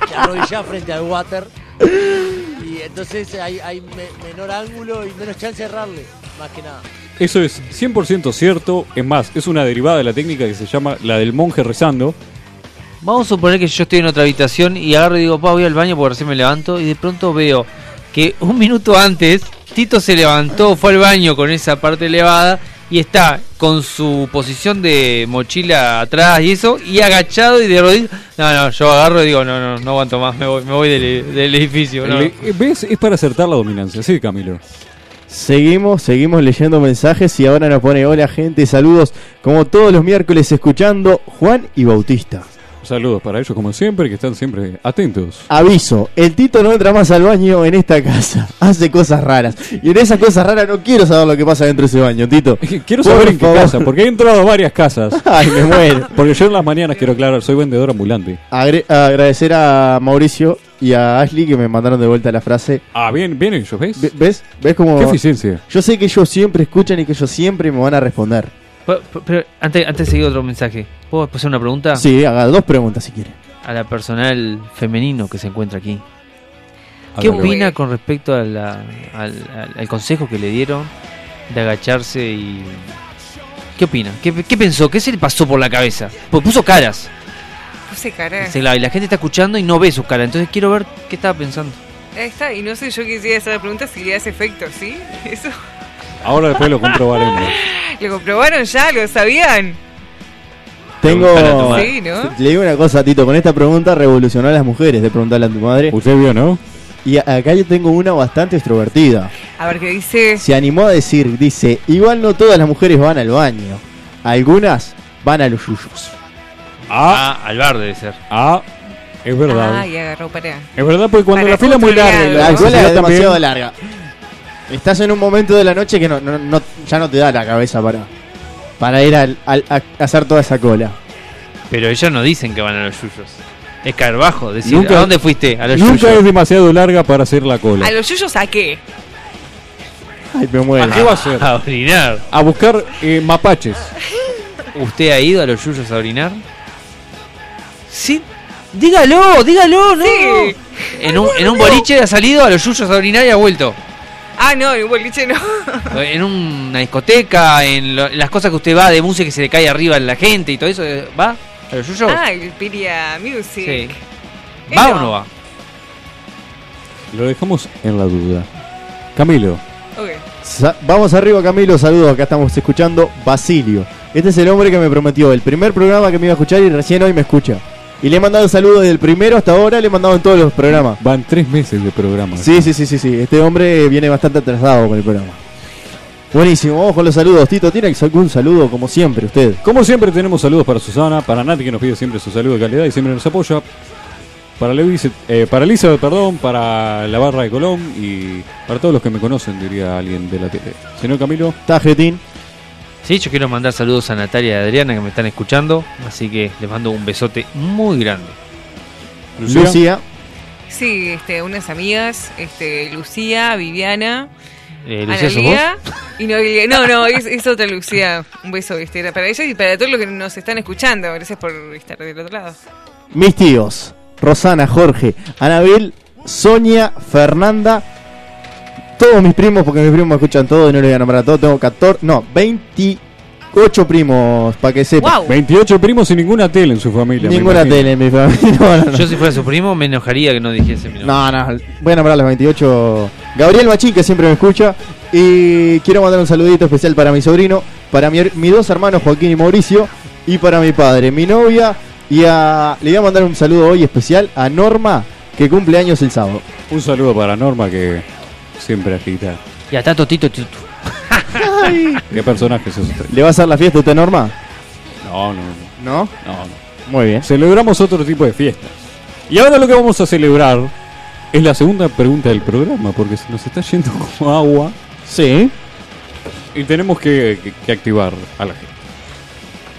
Te arrodillás frente al water. Y entonces hay, hay me- menor ángulo y menos chance de errarle, más que nada.
Eso es 100% cierto. Es más, es una derivada de la técnica que se llama la del monje rezando.
Vamos a suponer que yo estoy en otra habitación y agarro y digo, pa, voy al baño porque recién me levanto. Y de pronto veo que un minuto antes Tito se levantó, fue al baño con esa parte elevada y está con su posición de mochila atrás y eso, y agachado y de rodillas. No, no, yo agarro y digo, no, no, no aguanto más, me voy, me voy del, del edificio. no.
Le- eh, ¿Ves? Es para acertar la dominancia. Sí, Camilo.
Seguimos, seguimos leyendo mensajes y ahora nos pone hola gente, saludos, como todos los miércoles escuchando Juan y Bautista.
Saludos para ellos, como siempre, que están siempre atentos.
Aviso, el Tito no entra más al baño en esta casa, hace cosas raras. Y en esas cosas raras no quiero saber lo que pasa dentro de ese baño, Tito.
Quiero
Por
saber en qué
favor.
casa, porque he entrado a varias casas.
Ay, me muero.
Porque yo en las mañanas, quiero aclarar, soy vendedor ambulante.
Agre- agradecer a Mauricio y a Ashley que me mandaron de vuelta la frase.
Ah, bien, bien ellos, ¿ves?
Ve- ¿Ves? ¿Ves cómo.?
Qué eficiencia.
Yo sé que ellos siempre escuchan y que ellos siempre me van a responder.
Pero, pero antes, antes de seguir otro mensaje, ¿puedo hacer una
Ah.
pregunta?
Sí, haga dos preguntas si quiere.
A la personal femenino que se encuentra aquí. ¿Qué
Hágalo.
opina con respecto a la- al, al- al consejo que le dieron de agacharse y... ¿Qué opina? ¿Qué, qué pensó? ¿Qué se le pasó por la cabeza? Porque puso caras.
Puse cara.
Se la- y la gente está escuchando y no ve sus caras. Entonces quiero ver qué estaba pensando.
Ahí está. Y no sé, yo quisiera hacer la pregunta si le hace efecto, ¿sí? Eso.
Ahora después lo comprobaremos.
¿Lo comprobaron ya? ¿Lo sabían?
Tengo.
Preguntale a tu madre.
Sí, ¿no?
Le digo una cosa, Tito. Con esta pregunta revolucionó a las mujeres de preguntarle a tu madre.
Usted vio, ¿no?
Y a- acá yo tengo una bastante extrovertida.
A ver qué dice.
Se animó a decir, dice, igual no todas las mujeres van al baño. Algunas van a los yuyos.
Ah,
Ah, al bar debe ser.
ah, es verdad.
Ah, y agarró para.
Es verdad, porque cuando
Para
la fila es muy larga, y
La
construir
la
algo.
cola
sociedad
es demasiado
también,
larga. Estás en un momento de la noche que no, no- no- ya no te da la cabeza para, para ir al- al- a a hacer toda esa cola.
Pero ellos no dicen que van a los yuyos. Es Carvajo, decir,
Nunca-
¿a dónde fuiste? A los
nunca es
yuyos.
demasiado larga para hacer la cola.
¿A los yuyos a qué?
Ay, me muero.
¿A
Ah,
qué va a hacer?
A orinar.
A buscar eh, mapaches.
¿Usted ha ido a los yuyos a orinar? Sí. Dígalo, dígalo, no.
Sí.
En un, en un boliche ha salido a los yuyos a orinar y ha vuelto.
Ah, no, en un boliche no.
En una discoteca, en, lo- en las cosas que usted va de música que se le cae arriba a la gente y todo eso, eh, ¿va? ¿A los yuyos?
Ah, el Piria Music.
sí.
Eh,
¿Va o
no.
no va?
Lo dejamos en la duda. Camilo,
Ok.
Sa- Vamos arriba, Camilo. Saludos. Acá estamos escuchando Basilio. Este es el hombre que me prometió el primer programa que me iba a escuchar y recién hoy me escucha. Y le he mandado saludos desde el primero hasta ahora, le he mandado en todos los programas.
van tres meses de programa.
Sí, sí, sí, sí, sí. Este hombre viene bastante atrasado con el programa. Buenísimo, vamos con los saludos. Tito, ¿tiene algún saludo como siempre usted?
Como siempre tenemos saludos para Susana, para Nati que nos pide siempre su saludo de calidad y siempre nos apoya. Para Elizabeth, para Elizabeth, perdón, para la barra de Colón y para todos los que me conocen, diría alguien de la tele. Señor Camilo,
Tajetín.
Sí, yo quiero mandar saludos a Natalia y a Adriana que me están escuchando, así que les mando un besote muy grande.
Lucía,
Lucía.
Sí, este, unas amigas, este, Lucía, Viviana,
Eh, Lucía, ¿sos vos?
Analia y Noelia. No, no, es, es otra Lucía. Un beso, viste, era para ellas y para todos los que nos están escuchando. Gracias por estar del otro lado.
Mis tíos, Rosana, Jorge, Anabel, Sonia, Fernanda, todos mis primos, porque mis primos me escuchan todo y no les voy a nombrar a todos. Tengo 14, no, 28 primos, para que sepa.
¡Wow!
28 primos y ninguna tele en su familia. me
Ninguna
imagino.
tele en mi familia. No, no, no.
Yo si fuera su primo me enojaría que no dijese mi nombre.
No, no, voy a nombrar a los 28. Gabriel Machín, que siempre me escucha. Y quiero mandar un saludito especial para mi sobrino, para mi- mis dos hermanos Joaquín y Mauricio, y para mi padre, mi novia. Y a, le voy a mandar un saludo hoy especial a Norma, que cumple años el sábado.
Un saludo para Norma que siempre agita.
Y a Tato Tito Tito.
¿Qué personaje es usted?
¿Le va a hacer la fiesta a usted, Norma?
No, no,
No.
no, no.
Muy bien.
Celebramos otro tipo de fiestas. Y ahora lo que vamos a celebrar es la segunda pregunta del programa, porque se nos está yendo como agua.
Sí.
Y tenemos que, que- que activar a la gente.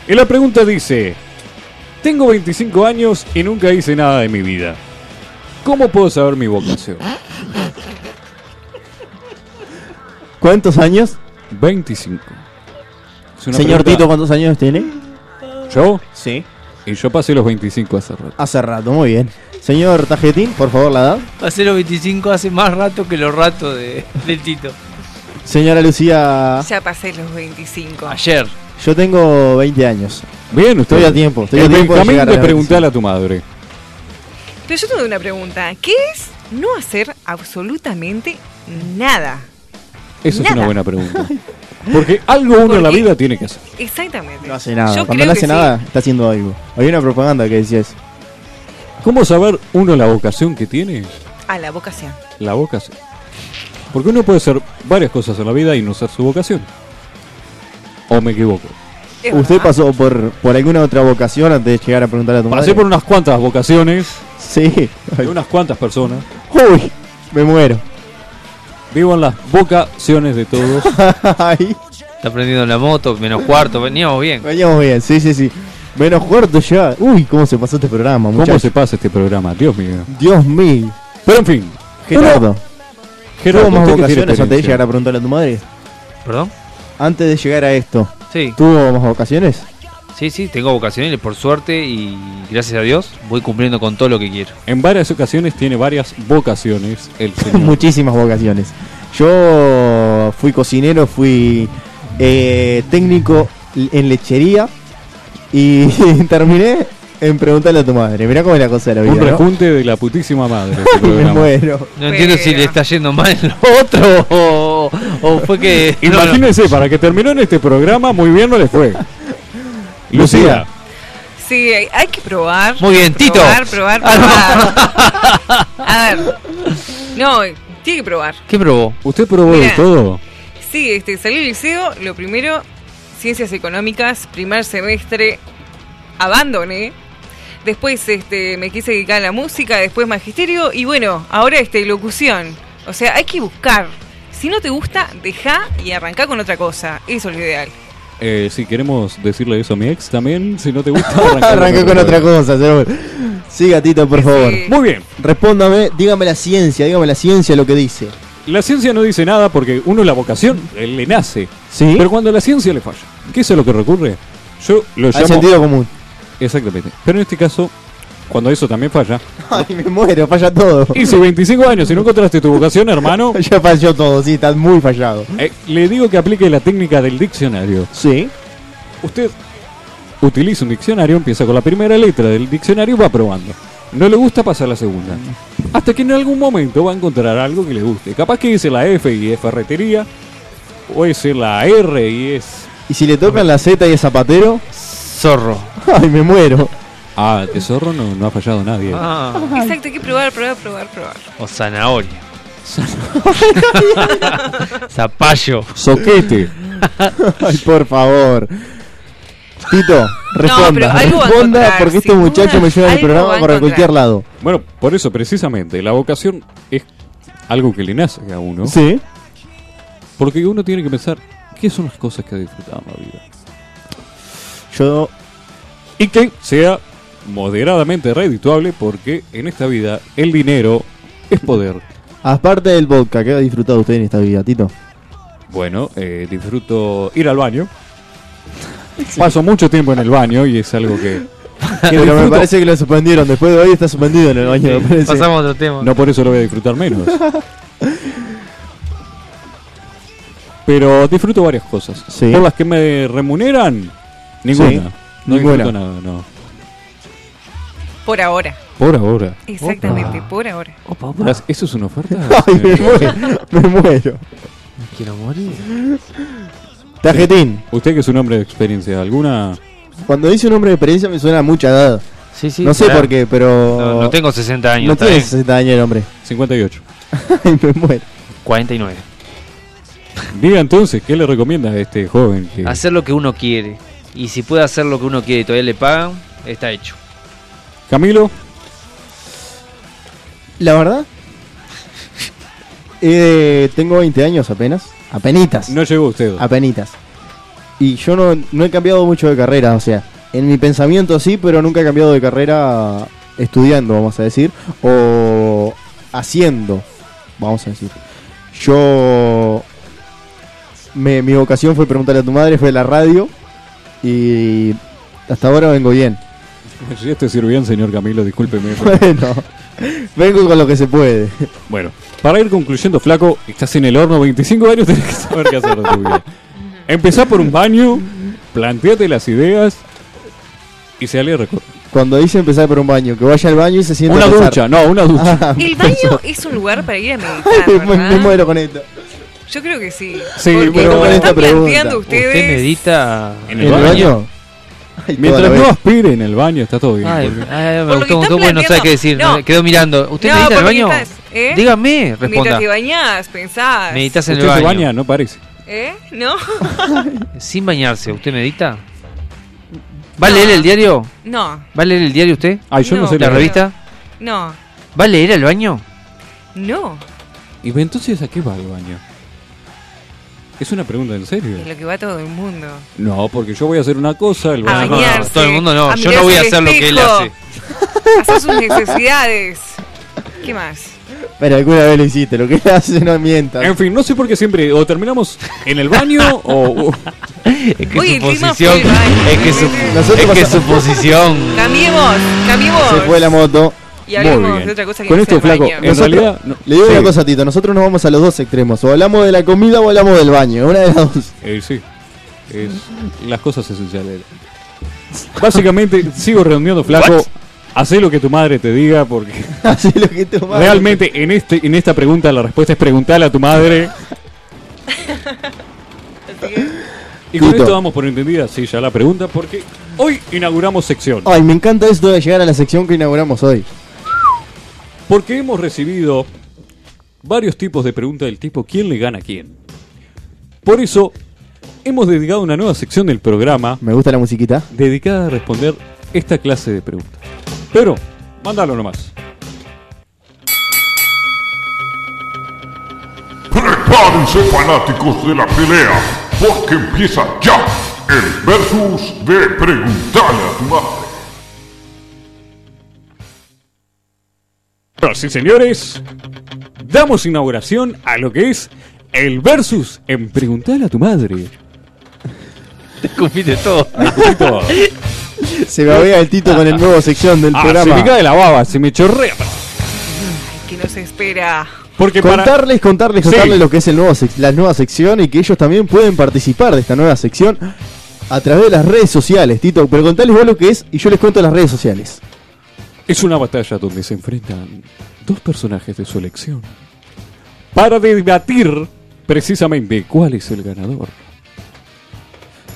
Y la pregunta dice, tengo 25 años y nunca hice nada de mi vida. ¿Cómo puedo saber mi vocación?
¿Cuántos años?
25. Es una
Señor Tito,
pregunta-
¿cuántos años tiene?
Yo,
Sí.
y yo pasé los 25 hace rato.
Hace rato, muy bien. Señor Tajetín, por favor, la edad.
Hace los 25 hace más rato que los ratos de, del Tito.
Señora Lucía,
Ya pasé los 25.
Ayer.
yo tengo 20 años.
Bien, usted.
Estoy a tiempo, estoy a
El
tiempo de
Benjamín
llegar a
de
la
preguntarle a tu madre.
Pero yo tengo una pregunta. ¿Qué es no hacer absolutamente nada?
Esa es
Nada.
una buena pregunta. Porque algo uno en la
Porque-
vida tiene que hacer.
Exactamente.
No hace nada.
Yo
Cuando
creo
no
que
hace
sí.
nada, está haciendo algo. Hay una propaganda que decía eso.
¿Cómo saber uno la vocación que tiene?
A la vocación.
La vocación. Porque uno puede hacer varias cosas en la vida y no ser su vocación. ¿O me equivoco?
Es
¿Usted
verdad.
pasó por, por alguna otra vocación antes de llegar a preguntarle a tu
Pasé
madre?
por unas cuantas vocaciones
Sí.
de unas cuantas personas.
Uy, me muero.
Vivo en las vocaciones de todos.
Ay,
Está prendiendo la moto, menos cuarto, veníamos bien.
veníamos bien, sí, sí, sí. Menos cuarto ya. Uy, cómo se pasó este programa,
¿Cómo
muchachos.
se pasa este programa? Dios mío.
Dios mío.
Pero en fin.
Gerardo,
Gerardo, ¿usted qué tiene
¿tuvo más vocaciones antes de
experiencia?
llegar a preguntarle a tu madre?
¿Perdón?
Antes de llegar a esto,
Sí,
¿tuvo más vocaciones?
sí, sí, tengo vocaciones por suerte y gracias a Dios voy cumpliendo con todo lo que quiero.
En varias ocasiones tiene varias vocaciones el señor.
Muchísimas vocaciones. Yo fui cocinero, fui eh, técnico en lechería y terminé en preguntarle a tu madre. Mirá cómo es la cosa de la vida.
Un
¿no?
rejunte de la putísima madre. este
Me
programa.
muero.
No entiendo si le está yendo mal en lo otro o, o fue que... no, no.
Imagínense, para que terminó en este programa, muy bien no le fue. Lucía,
Sí, hay, hay que probar.
Muy bien, Tito.
Probar, probar, probar. A ver. No, Tiene que probar.
¿Qué probó?
¿Usted probó de
Mirá.
todo?
Sí, este, salí del liceo, lo primero, ciencias económicas, primer semestre, abandoné. Después este, me quise dedicar a la música, después magisterio y bueno, ahora este, locución. O sea, hay que buscar. Si no te gusta, deja y arrancá con otra cosa. Eso es lo ideal.
Eh, si queremos decirle eso a mi ex también, si no te gusta, arranca
Arranqué con otra cosa, señor. Sí, gatito, por favor.
Sí.
Muy bien.
Respóndame, dígame la ciencia, dígame la ciencia lo que dice.
La ciencia no dice nada porque uno la vocación eh, le nace.
Mm. ¿Sí?
Pero cuando la ciencia le falla, ¿qué es lo que recurre? Yo lo
Hay
llamo.
sentido común.
Exactamente. Pero en este caso, cuando eso también falla,
Ay, me muero, falla todo.
hice 25 años y no encontraste tu vocación, hermano.
Ya falló todo, sí, estás muy fallado.
eh, le digo que aplique la técnica del diccionario.
Sí.
Usted utiliza un diccionario, empieza con la primera letra del diccionario y va probando. No le gusta pasar la segunda. Hasta que en algún momento va a encontrar algo que le guste. Capaz que dice la F y es ferretería. O es la R y es...
Y si le tocan la Z y es zapatero,
Zorro.
ay, me muero.
Ah, que zorro no, no ha fallado nadie.
Ah,
Exacto, hay que probar, probar, probar, probar.
o zanahoria. Zapallo.
Soquete.
Ay, por favor. Tito, responda.
algo va a
responda
encontrar,
porque estos
sin
muchachos
duda,
me llevan el
algo va
programa
a
para cualquier
encontrar.
lado.
Bueno, por eso precisamente, la vocación es algo que le nace a uno.
Sí.
Porque uno tiene que pensar, ¿qué son las cosas que ha disfrutado en la vida?
Yo
y que sea moderadamente redituable porque en esta vida el dinero es poder.
Aparte del vodka, ¿qué ha disfrutado usted en esta vida, Tito?
Bueno, eh, disfruto ir al baño. Paso mucho tiempo en el baño y es algo que... que
Pero me
disfruto.
parece que lo suspendieron. Después de hoy está suspendido en el baño, me parece.
Pasamos a otro tema.
No por eso lo voy a disfrutar menos. Pero disfruto varias cosas.
Sí.
Por las que me remuneran, ninguna.
Sí,
No
ninguna.
disfruto nada, no.
Por ahora.
Por ahora.
Exactamente, por ahora.
¿Eso es una oferta?
Ay, me
Eh,
muero. Me muero.
Quiero morir.
Tajetín,
Usted que es un hombre de experiencia, ¿alguna...?
cuando dice un hombre de experiencia me suena a mucha edad.
Sí, sí.
no sé
claro.
por qué, pero.
No, no tengo 60 años.
No
está
tiene
bien.
60 años el hombre.
58.
Ay, me muero.
49.
Diga entonces, ¿qué le recomienda a este joven? que-
Hacer lo que uno quiere. Y si puede hacer lo que uno quiere y todavía le pagan, está hecho.
Camilo,
La verdad, eh, tengo 20 años apenas. Apenitas.
no llegó usted.
Ah. Apenitas. Y yo no, no he cambiado mucho de carrera, o sea, en mi pensamiento sí, pero nunca he cambiado de carrera estudiando, vamos a decir, o haciendo, vamos a decir. Yo. me- mi vocación fue preguntarle a tu madre, fue la radio, y hasta ahora vengo bien.
Si este sirve bien, señor Camilo, discúlpeme. pero-
Bueno, vengo con lo que se puede.
bueno, para ir concluyendo, flaco, estás en el horno 25 años, tenés que saber qué hacer de tu vida. Empezá por un baño, planteate las ideas y sale a recorrer.
Cuando dice empezar por un baño, que vaya al baño y se sienta.
Una
a rezar.
ducha, no, una ducha.
Ah,
El baño es un lugar para ir a meditar,
Ay, me, me
¿verdad?
muero con esto.
Yo creo que sí.
Sí,
Porque
pero-
como lo
Esta
están
pregunta.
planteando ustedes...
¿Usted medita
En
¿En
el
el
baño.
baño? Ay,
Mientras
toda la
no
vez.
aspire en el baño, está todo bien.
Ay,
porque-
ay, me
Por lo que
gustó,
estás
gustó, bueno, no sabe
planteando.
qué decir.
No.
me Quedó mirando. ¿Usted
No,
medita en el
porque
baño?
estás, ¿eh?
Dígame, responda.
Mientras te bañás, pensás.
Meditas en el
Usted se
baño.
baña, no parece.
¿Eh? ¿No?
Sin bañarse, ¿usted medita? ¿Va a leer el diario?
No,
¿Va a leer el diario usted?
Ay, yo no,
No,
sé
¿La
claro.
revista?
no,
¿Va a leer al baño?
no.
¿Y entonces a qué va el baño? Es una pregunta en serio.
Es lo que va todo el mundo.
No, porque yo voy a hacer una cosa, el
A
baño.
bañar. Bañarse,
todo el mundo no.
a
Yo no voy a
mirarse
hacer
al
lo que él
espejo.
hace.
Haces sus necesidades. ¿Qué más?
Pero alguna vez lo hiciste, lo que hace no mientas.
En fin, no sé por qué siempre o terminamos en el baño o... o-
Es que
Oye,
su
el clima
posición.
fue el baño.
Es que su,
Nosotros
es que
pasamos-
su posición.
Cambiemos, cambiemos.
Se fue la moto.
Y hablemos
Muy
de
bien.
otra cosa que
Con
no
este
sea el
flaco,
baño.
en
Nosotros-
realidad... no-
Le digo
sí,
una cosa, Tito. Nosotros nos vamos a los dos extremos. O hablamos de la comida o hablamos del baño. Una de las dos.
eh, sí, es las cosas esenciales. Básicamente, sigo redondeando, flaco. Hacé lo que tu madre te diga porque
Así lo que tu madre-
realmente en este en esta pregunta la respuesta es preguntarle a tu madre. Y con
Tito.
esto damos por entendida, sí, ya la pregunta, porque hoy inauguramos sección.
Ay, me encanta esto de llegar a la sección que inauguramos hoy.
Porque hemos recibido varios tipos de preguntas del tipo ¿quién le gana a quién? Por eso hemos dedicado una nueva sección del programa
Me gusta la musiquita.
dedicada a responder esta clase de preguntas. Pero, mándalo nomás.
Prepárense fanáticos de la pelea, porque empieza ya el versus de Preguntale a tu madre.
Bueno, sí, señores, damos inauguración a lo que es el versus en Preguntar a tu madre.
Compite todo.
Ahí poquito.
Se me vea el Tito con el nuevo sección del
Ah, se
programa.
me cae la baba, se me chorrea.
que nos espera.
Porque para...
Contarles, contarles,
Sí.
contarles lo que es el nuevo sec- la nueva sección y que ellos también pueden participar de esta nueva sección a través de las redes sociales, Tito. Pero contales vos lo que es y yo les cuento las redes sociales.
Es una batalla donde se enfrentan dos personajes de su elección para debatir precisamente cuál es el ganador.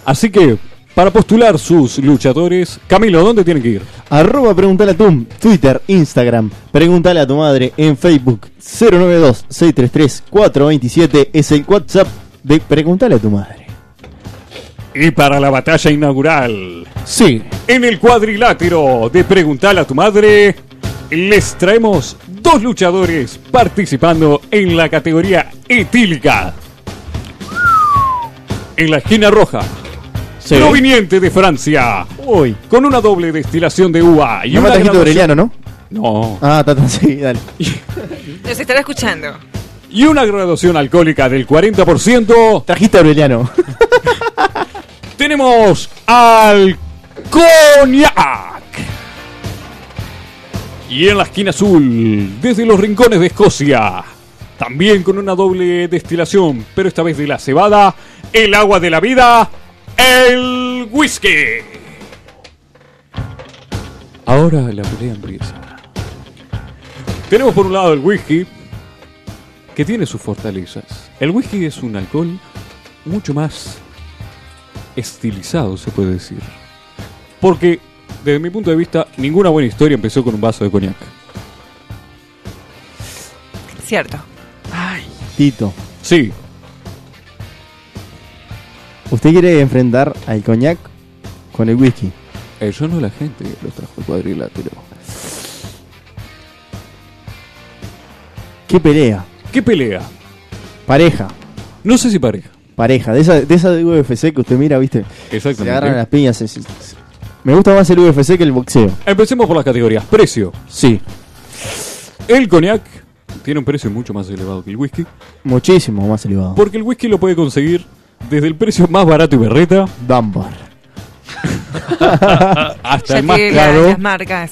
Así que, para postular sus luchadores, Camilo, ¿dónde tienen que ir?
Arroba preguntale a Tum, Twitter, Instagram, preguntale a tu madre en Facebook 092-633-427 es el WhatsApp de Preguntale a tu madre.
Y para la batalla inaugural,
Sí,
en el cuadrilátero de Preguntar a tu madre, les traemos dos luchadores participando en la categoría etílica. En la esquina roja,
sí.
proveniente de Francia,
Uy.
con una doble destilación de uva y
No me
una
atajito
graduación-
Aureliano, ¿no?
No.
Ah, está, está, sí, dale.
Nos estará escuchando.
y una graduación alcohólica del 40%,
Trajiste a Aureliano.
tenemos al cognac. Y en la esquina azul, desde los rincones de Escocia, también con una doble destilación, pero esta vez de la cebada, el agua de la vida, el whisky. Ahora la pelea empieza. Tenemos por un lado el whisky, que tiene sus fortalezas. El whisky es un alcohol mucho más estilizado, se puede decir. Porque, desde mi punto de vista, ninguna buena historia empezó con un vaso de coñac.
Cierto.
Tito,
Sí,
¿usted quiere enfrentar al coñac con el whisky?
eh, yo no la gente que lo trajo al cuadrilátero.
¿Qué pelea?
¿Qué pelea?
Pareja.
No sé si pareja.
Pareja, de esa, de esa de UFC que usted mira, viste, se agarran las piñas. se- se- se- Me gusta más el UFC que el boxeo.
Empecemos por las categorías. Precio.
Sí.
El coñac tiene un precio mucho más elevado que el whisky.
Muchísimo más elevado.
Porque el whisky lo puede conseguir desde el precio más barato y berreta
Dunbar.
hasta
Ya
el más
tiene la-
caro.
las marcas.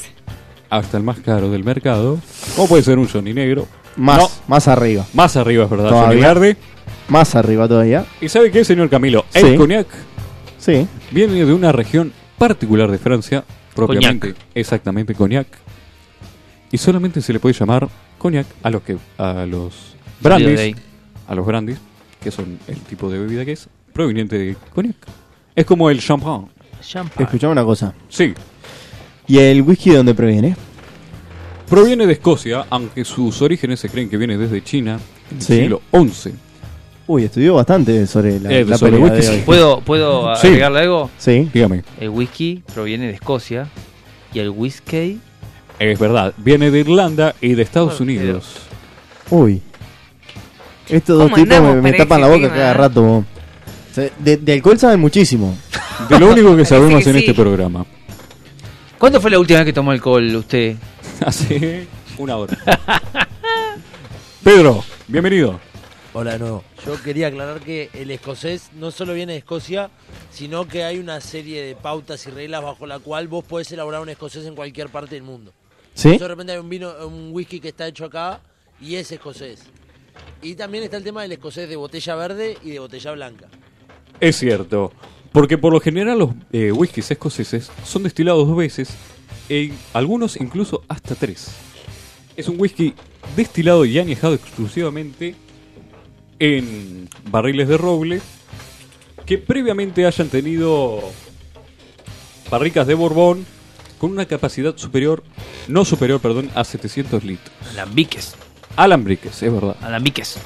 Hasta el más caro del mercado. O puede ser un Johnny Negro.
Más,
No,
más arriba.
más arriba, es verdad. Johnny
Todavía.
Verde.
Más arriba todavía.
¿Y sabe qué, señor Camilo? El
Sí.
cognac
Sí.
viene de una región particular de Francia, propiamente, exactamente cognac. Y solamente se le puede llamar cognac a los que a los
Salió de ahí.
brandies, a los brandies, que son el tipo de bebida que es proveniente de cognac. Es como el champán.
Escuchame una cosa.
Sí,
¿Y el whisky de dónde proviene?
proviene de Escocia, aunque sus orígenes se creen que viene desde China, en el
Sí.
siglo XI.
Uy, estudió bastante sobre la,
Eh,
la
sobre
pelea
whisky,
de
sí.
hoy.
¿Puedo, puedo
Sí.
agregarle algo?
Sí.
Dígame,
El whisky proviene de Escocia y el whisky
es verdad, viene de Irlanda y de Estados
Bueno,
Unidos.
Uy. Estos dos
¿Cómo
tipos
andamos
me, me
para
tapan la
ese
boca
clima,
cada
eh?
rato. vos. Se- De, de alcohol saben muchísimo.
De lo único que
Parece
sabemos
que
en
sí.
este programa.
¿Cuándo fue la última vez que tomó alcohol usted?
Hace una hora. Pedro, bienvenido.
Hola de nuevo. Yo quería aclarar que el escocés no solo viene de Escocia, sino que hay una serie de pautas y reglas bajo la cual vos podés elaborar un escocés en cualquier parte del mundo.
¿Sí?
Yo de repente hay un vino, un whisky que está hecho acá y es escocés. Y también está el tema del escocés de botella verde y de botella blanca.
Es cierto, porque por lo general los eh, whiskies escoceses son destilados dos veces, en algunos incluso hasta tres. Es un whisky destilado y añejado exclusivamente en barriles de roble que previamente hayan tenido barricas de Borbón con una capacidad superior, no superior, perdón, a 700 litros.
Alambiques.
Alambriques, es verdad.
Alambiques.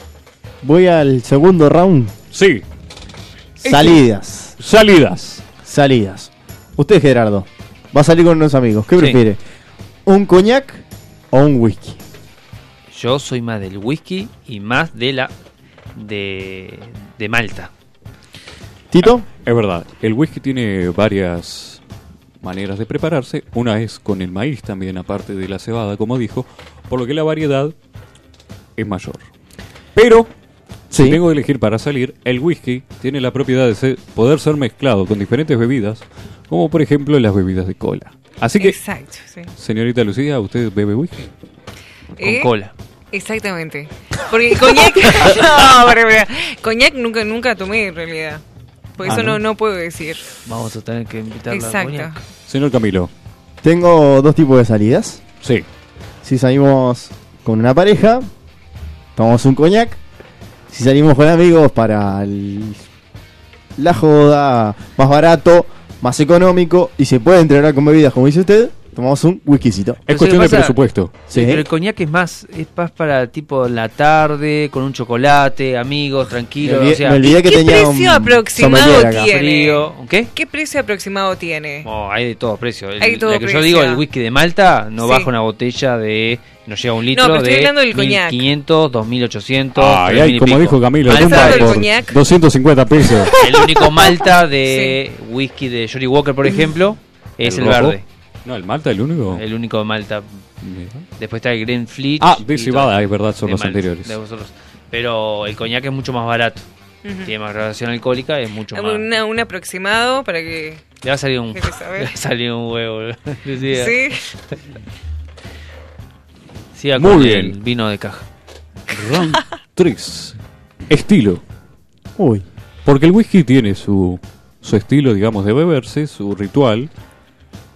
Voy al segundo round.
Sí, Este-
Salidas.
salidas.
Salidas. Usted, Gerardo, va a salir con unos amigos. ¿Qué
Sí.
prefiere? ¿Un coñac o un whisky?
Yo soy más del whisky y más de la de, de Malta.
¿Tito?
Es verdad, el whisky tiene varias maneras de prepararse. Una es con el maíz también, aparte de la cebada, como dijo, por lo que la variedad es mayor. Pero, si
Sí.
tengo que elegir para salir, el whisky tiene la propiedad de ser- poder ser mezclado con diferentes bebidas, como por ejemplo las bebidas de cola. Así que,
Exacto, sí.
señorita Lucía, ¿usted bebe whisky?
Con
¿Eh?
cola.
Exactamente. Porque el coñac. no, pero, pero, coñac nunca, nunca tomé en realidad. Por
Ah,
eso
¿no?
no, no puedo decir.
Vamos a tener que invitarla a
Exacto.
Señor Camilo,
Tengo dos tipos de salidas.
sí.
Si salimos con una pareja, tomamos un coñac. Si salimos con amigos para el- la joda, más barato, más económico y se puede entregar con bebidas, como dice usted, tomamos un whiskycito.
Es
Pero
cuestión
¿qué
de
pasa?
presupuesto.
Sí.
Pero el coñac es más, es más para tipo en la tarde, con un chocolate, amigos,
Me
tranquilos,
olvidé,
o sea,
me olvidé que
¿qué
tenía un
precio aproximado
sommelier acá.
tiene?
frío. ¿Qué?
¿Qué precio aproximado tiene?
No, hay de todo precio. El-
Hay de todo
la que yo
precio.
digo, el whisky de Malta no
Sí.
baja una botella de. No llega a un litro
pero estoy hablando
de
del coñac.
1500, 2800.
Ay, ay,
3000 y
como
Oh, pico.
dijo Camilo,
Malta,
tumba
del
por
coñac.
250 pesos.
El único Malta de whisky de Johnny Walker, por ejemplo, es el,
rojo?
verde.
No, el Malta, el único.
El único Malta.
Mira.
Después está el Green Fleet.
Ah, de
y
cebada,
todo.
es verdad, son
De
los
Malta,
anteriores.
de vosotros. Pero el coñac es mucho más barato. Tiene más graduación alcohólica, es mucho más.
Una- un aproximado para que.
Le va a salir un.
Hay que saber.
Le va a salir un huevo. Lucía.
Sí.
Siga
Muy
con
bien.
el vino de caja.
Round 3. Estilo.
Uy,
Porque el whisky tiene su, su estilo, digamos, de beberse, su ritual.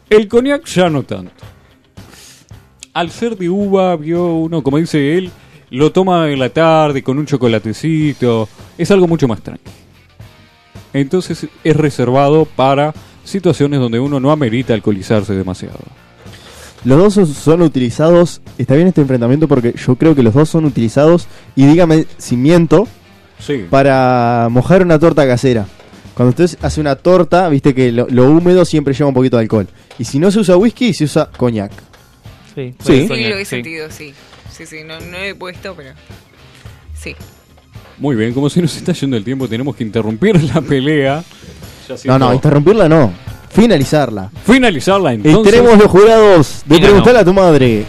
El cognac ya no tanto. Al ser de uva, vio uno, como dice él, lo toma en la tarde con un chocolatecito. Es algo mucho más tranquilo. Entonces es reservado para situaciones donde uno no amerita alcoholizarse demasiado.
Los dos son, son utilizados. Está bien este enfrentamiento porque yo creo que los dos son utilizados. Y dígame si miento
Sí.
para mojar una torta casera. Cuando usted hace una torta, viste que lo, lo húmedo siempre lleva un poquito de alcohol. Y si no se usa whisky, se usa coñac.
Sí,
Sí.
Sí, lo he sentido, sí. Sí, sí, no, no lo he puesto, pero. Sí.
Muy bien, como se nos está yendo el tiempo, tenemos que interrumpir la pelea. Ya
No,
siento-
no, interrumpirla no. Finalizarla.
Finalizarla
Y
entonces.
tenemos los jurados de
Mira,
preguntarle a tu madre.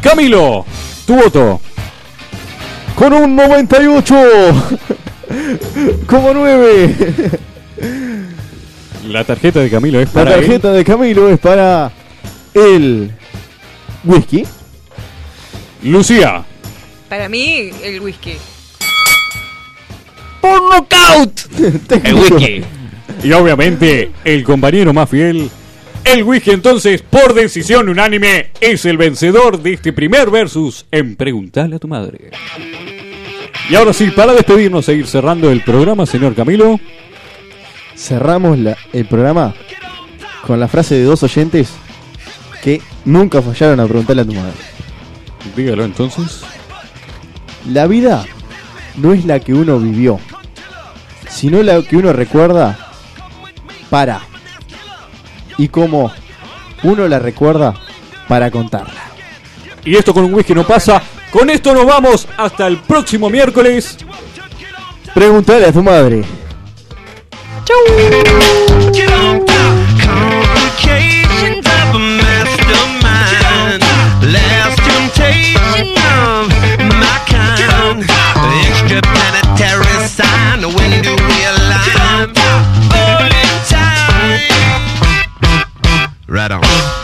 Camilo, tu voto.
Con un 98. Como 9.
La tarjeta de Camilo es
La
para él.
tarjeta de Camilo es para el whisky.
Lucía.
Para mí, el whisky.
¡Por knockout! El whisky.
Y obviamente el compañero más fiel. El whisky entonces, por decisión unánime, es el vencedor de este primer versus en Preguntale a tu madre. Y ahora sí, para despedirnos e ir cerrando el programa, señor Camilo.
cerramos la- el programa con la frase de dos oyentes que nunca fallaron a preguntarle a tu madre.
Dígalo entonces.
La vida no es la que uno vivió, sino la que uno recuerda para. Y como uno la recuerda para contarla.
Y esto con un whisky no pasa. Con esto nos vamos hasta el próximo miércoles.
Preguntarle a tu madre.
Complications of a mastermind. Last temptation of my kind. Extraplanetary sign. When do we align? Holy time. Right on.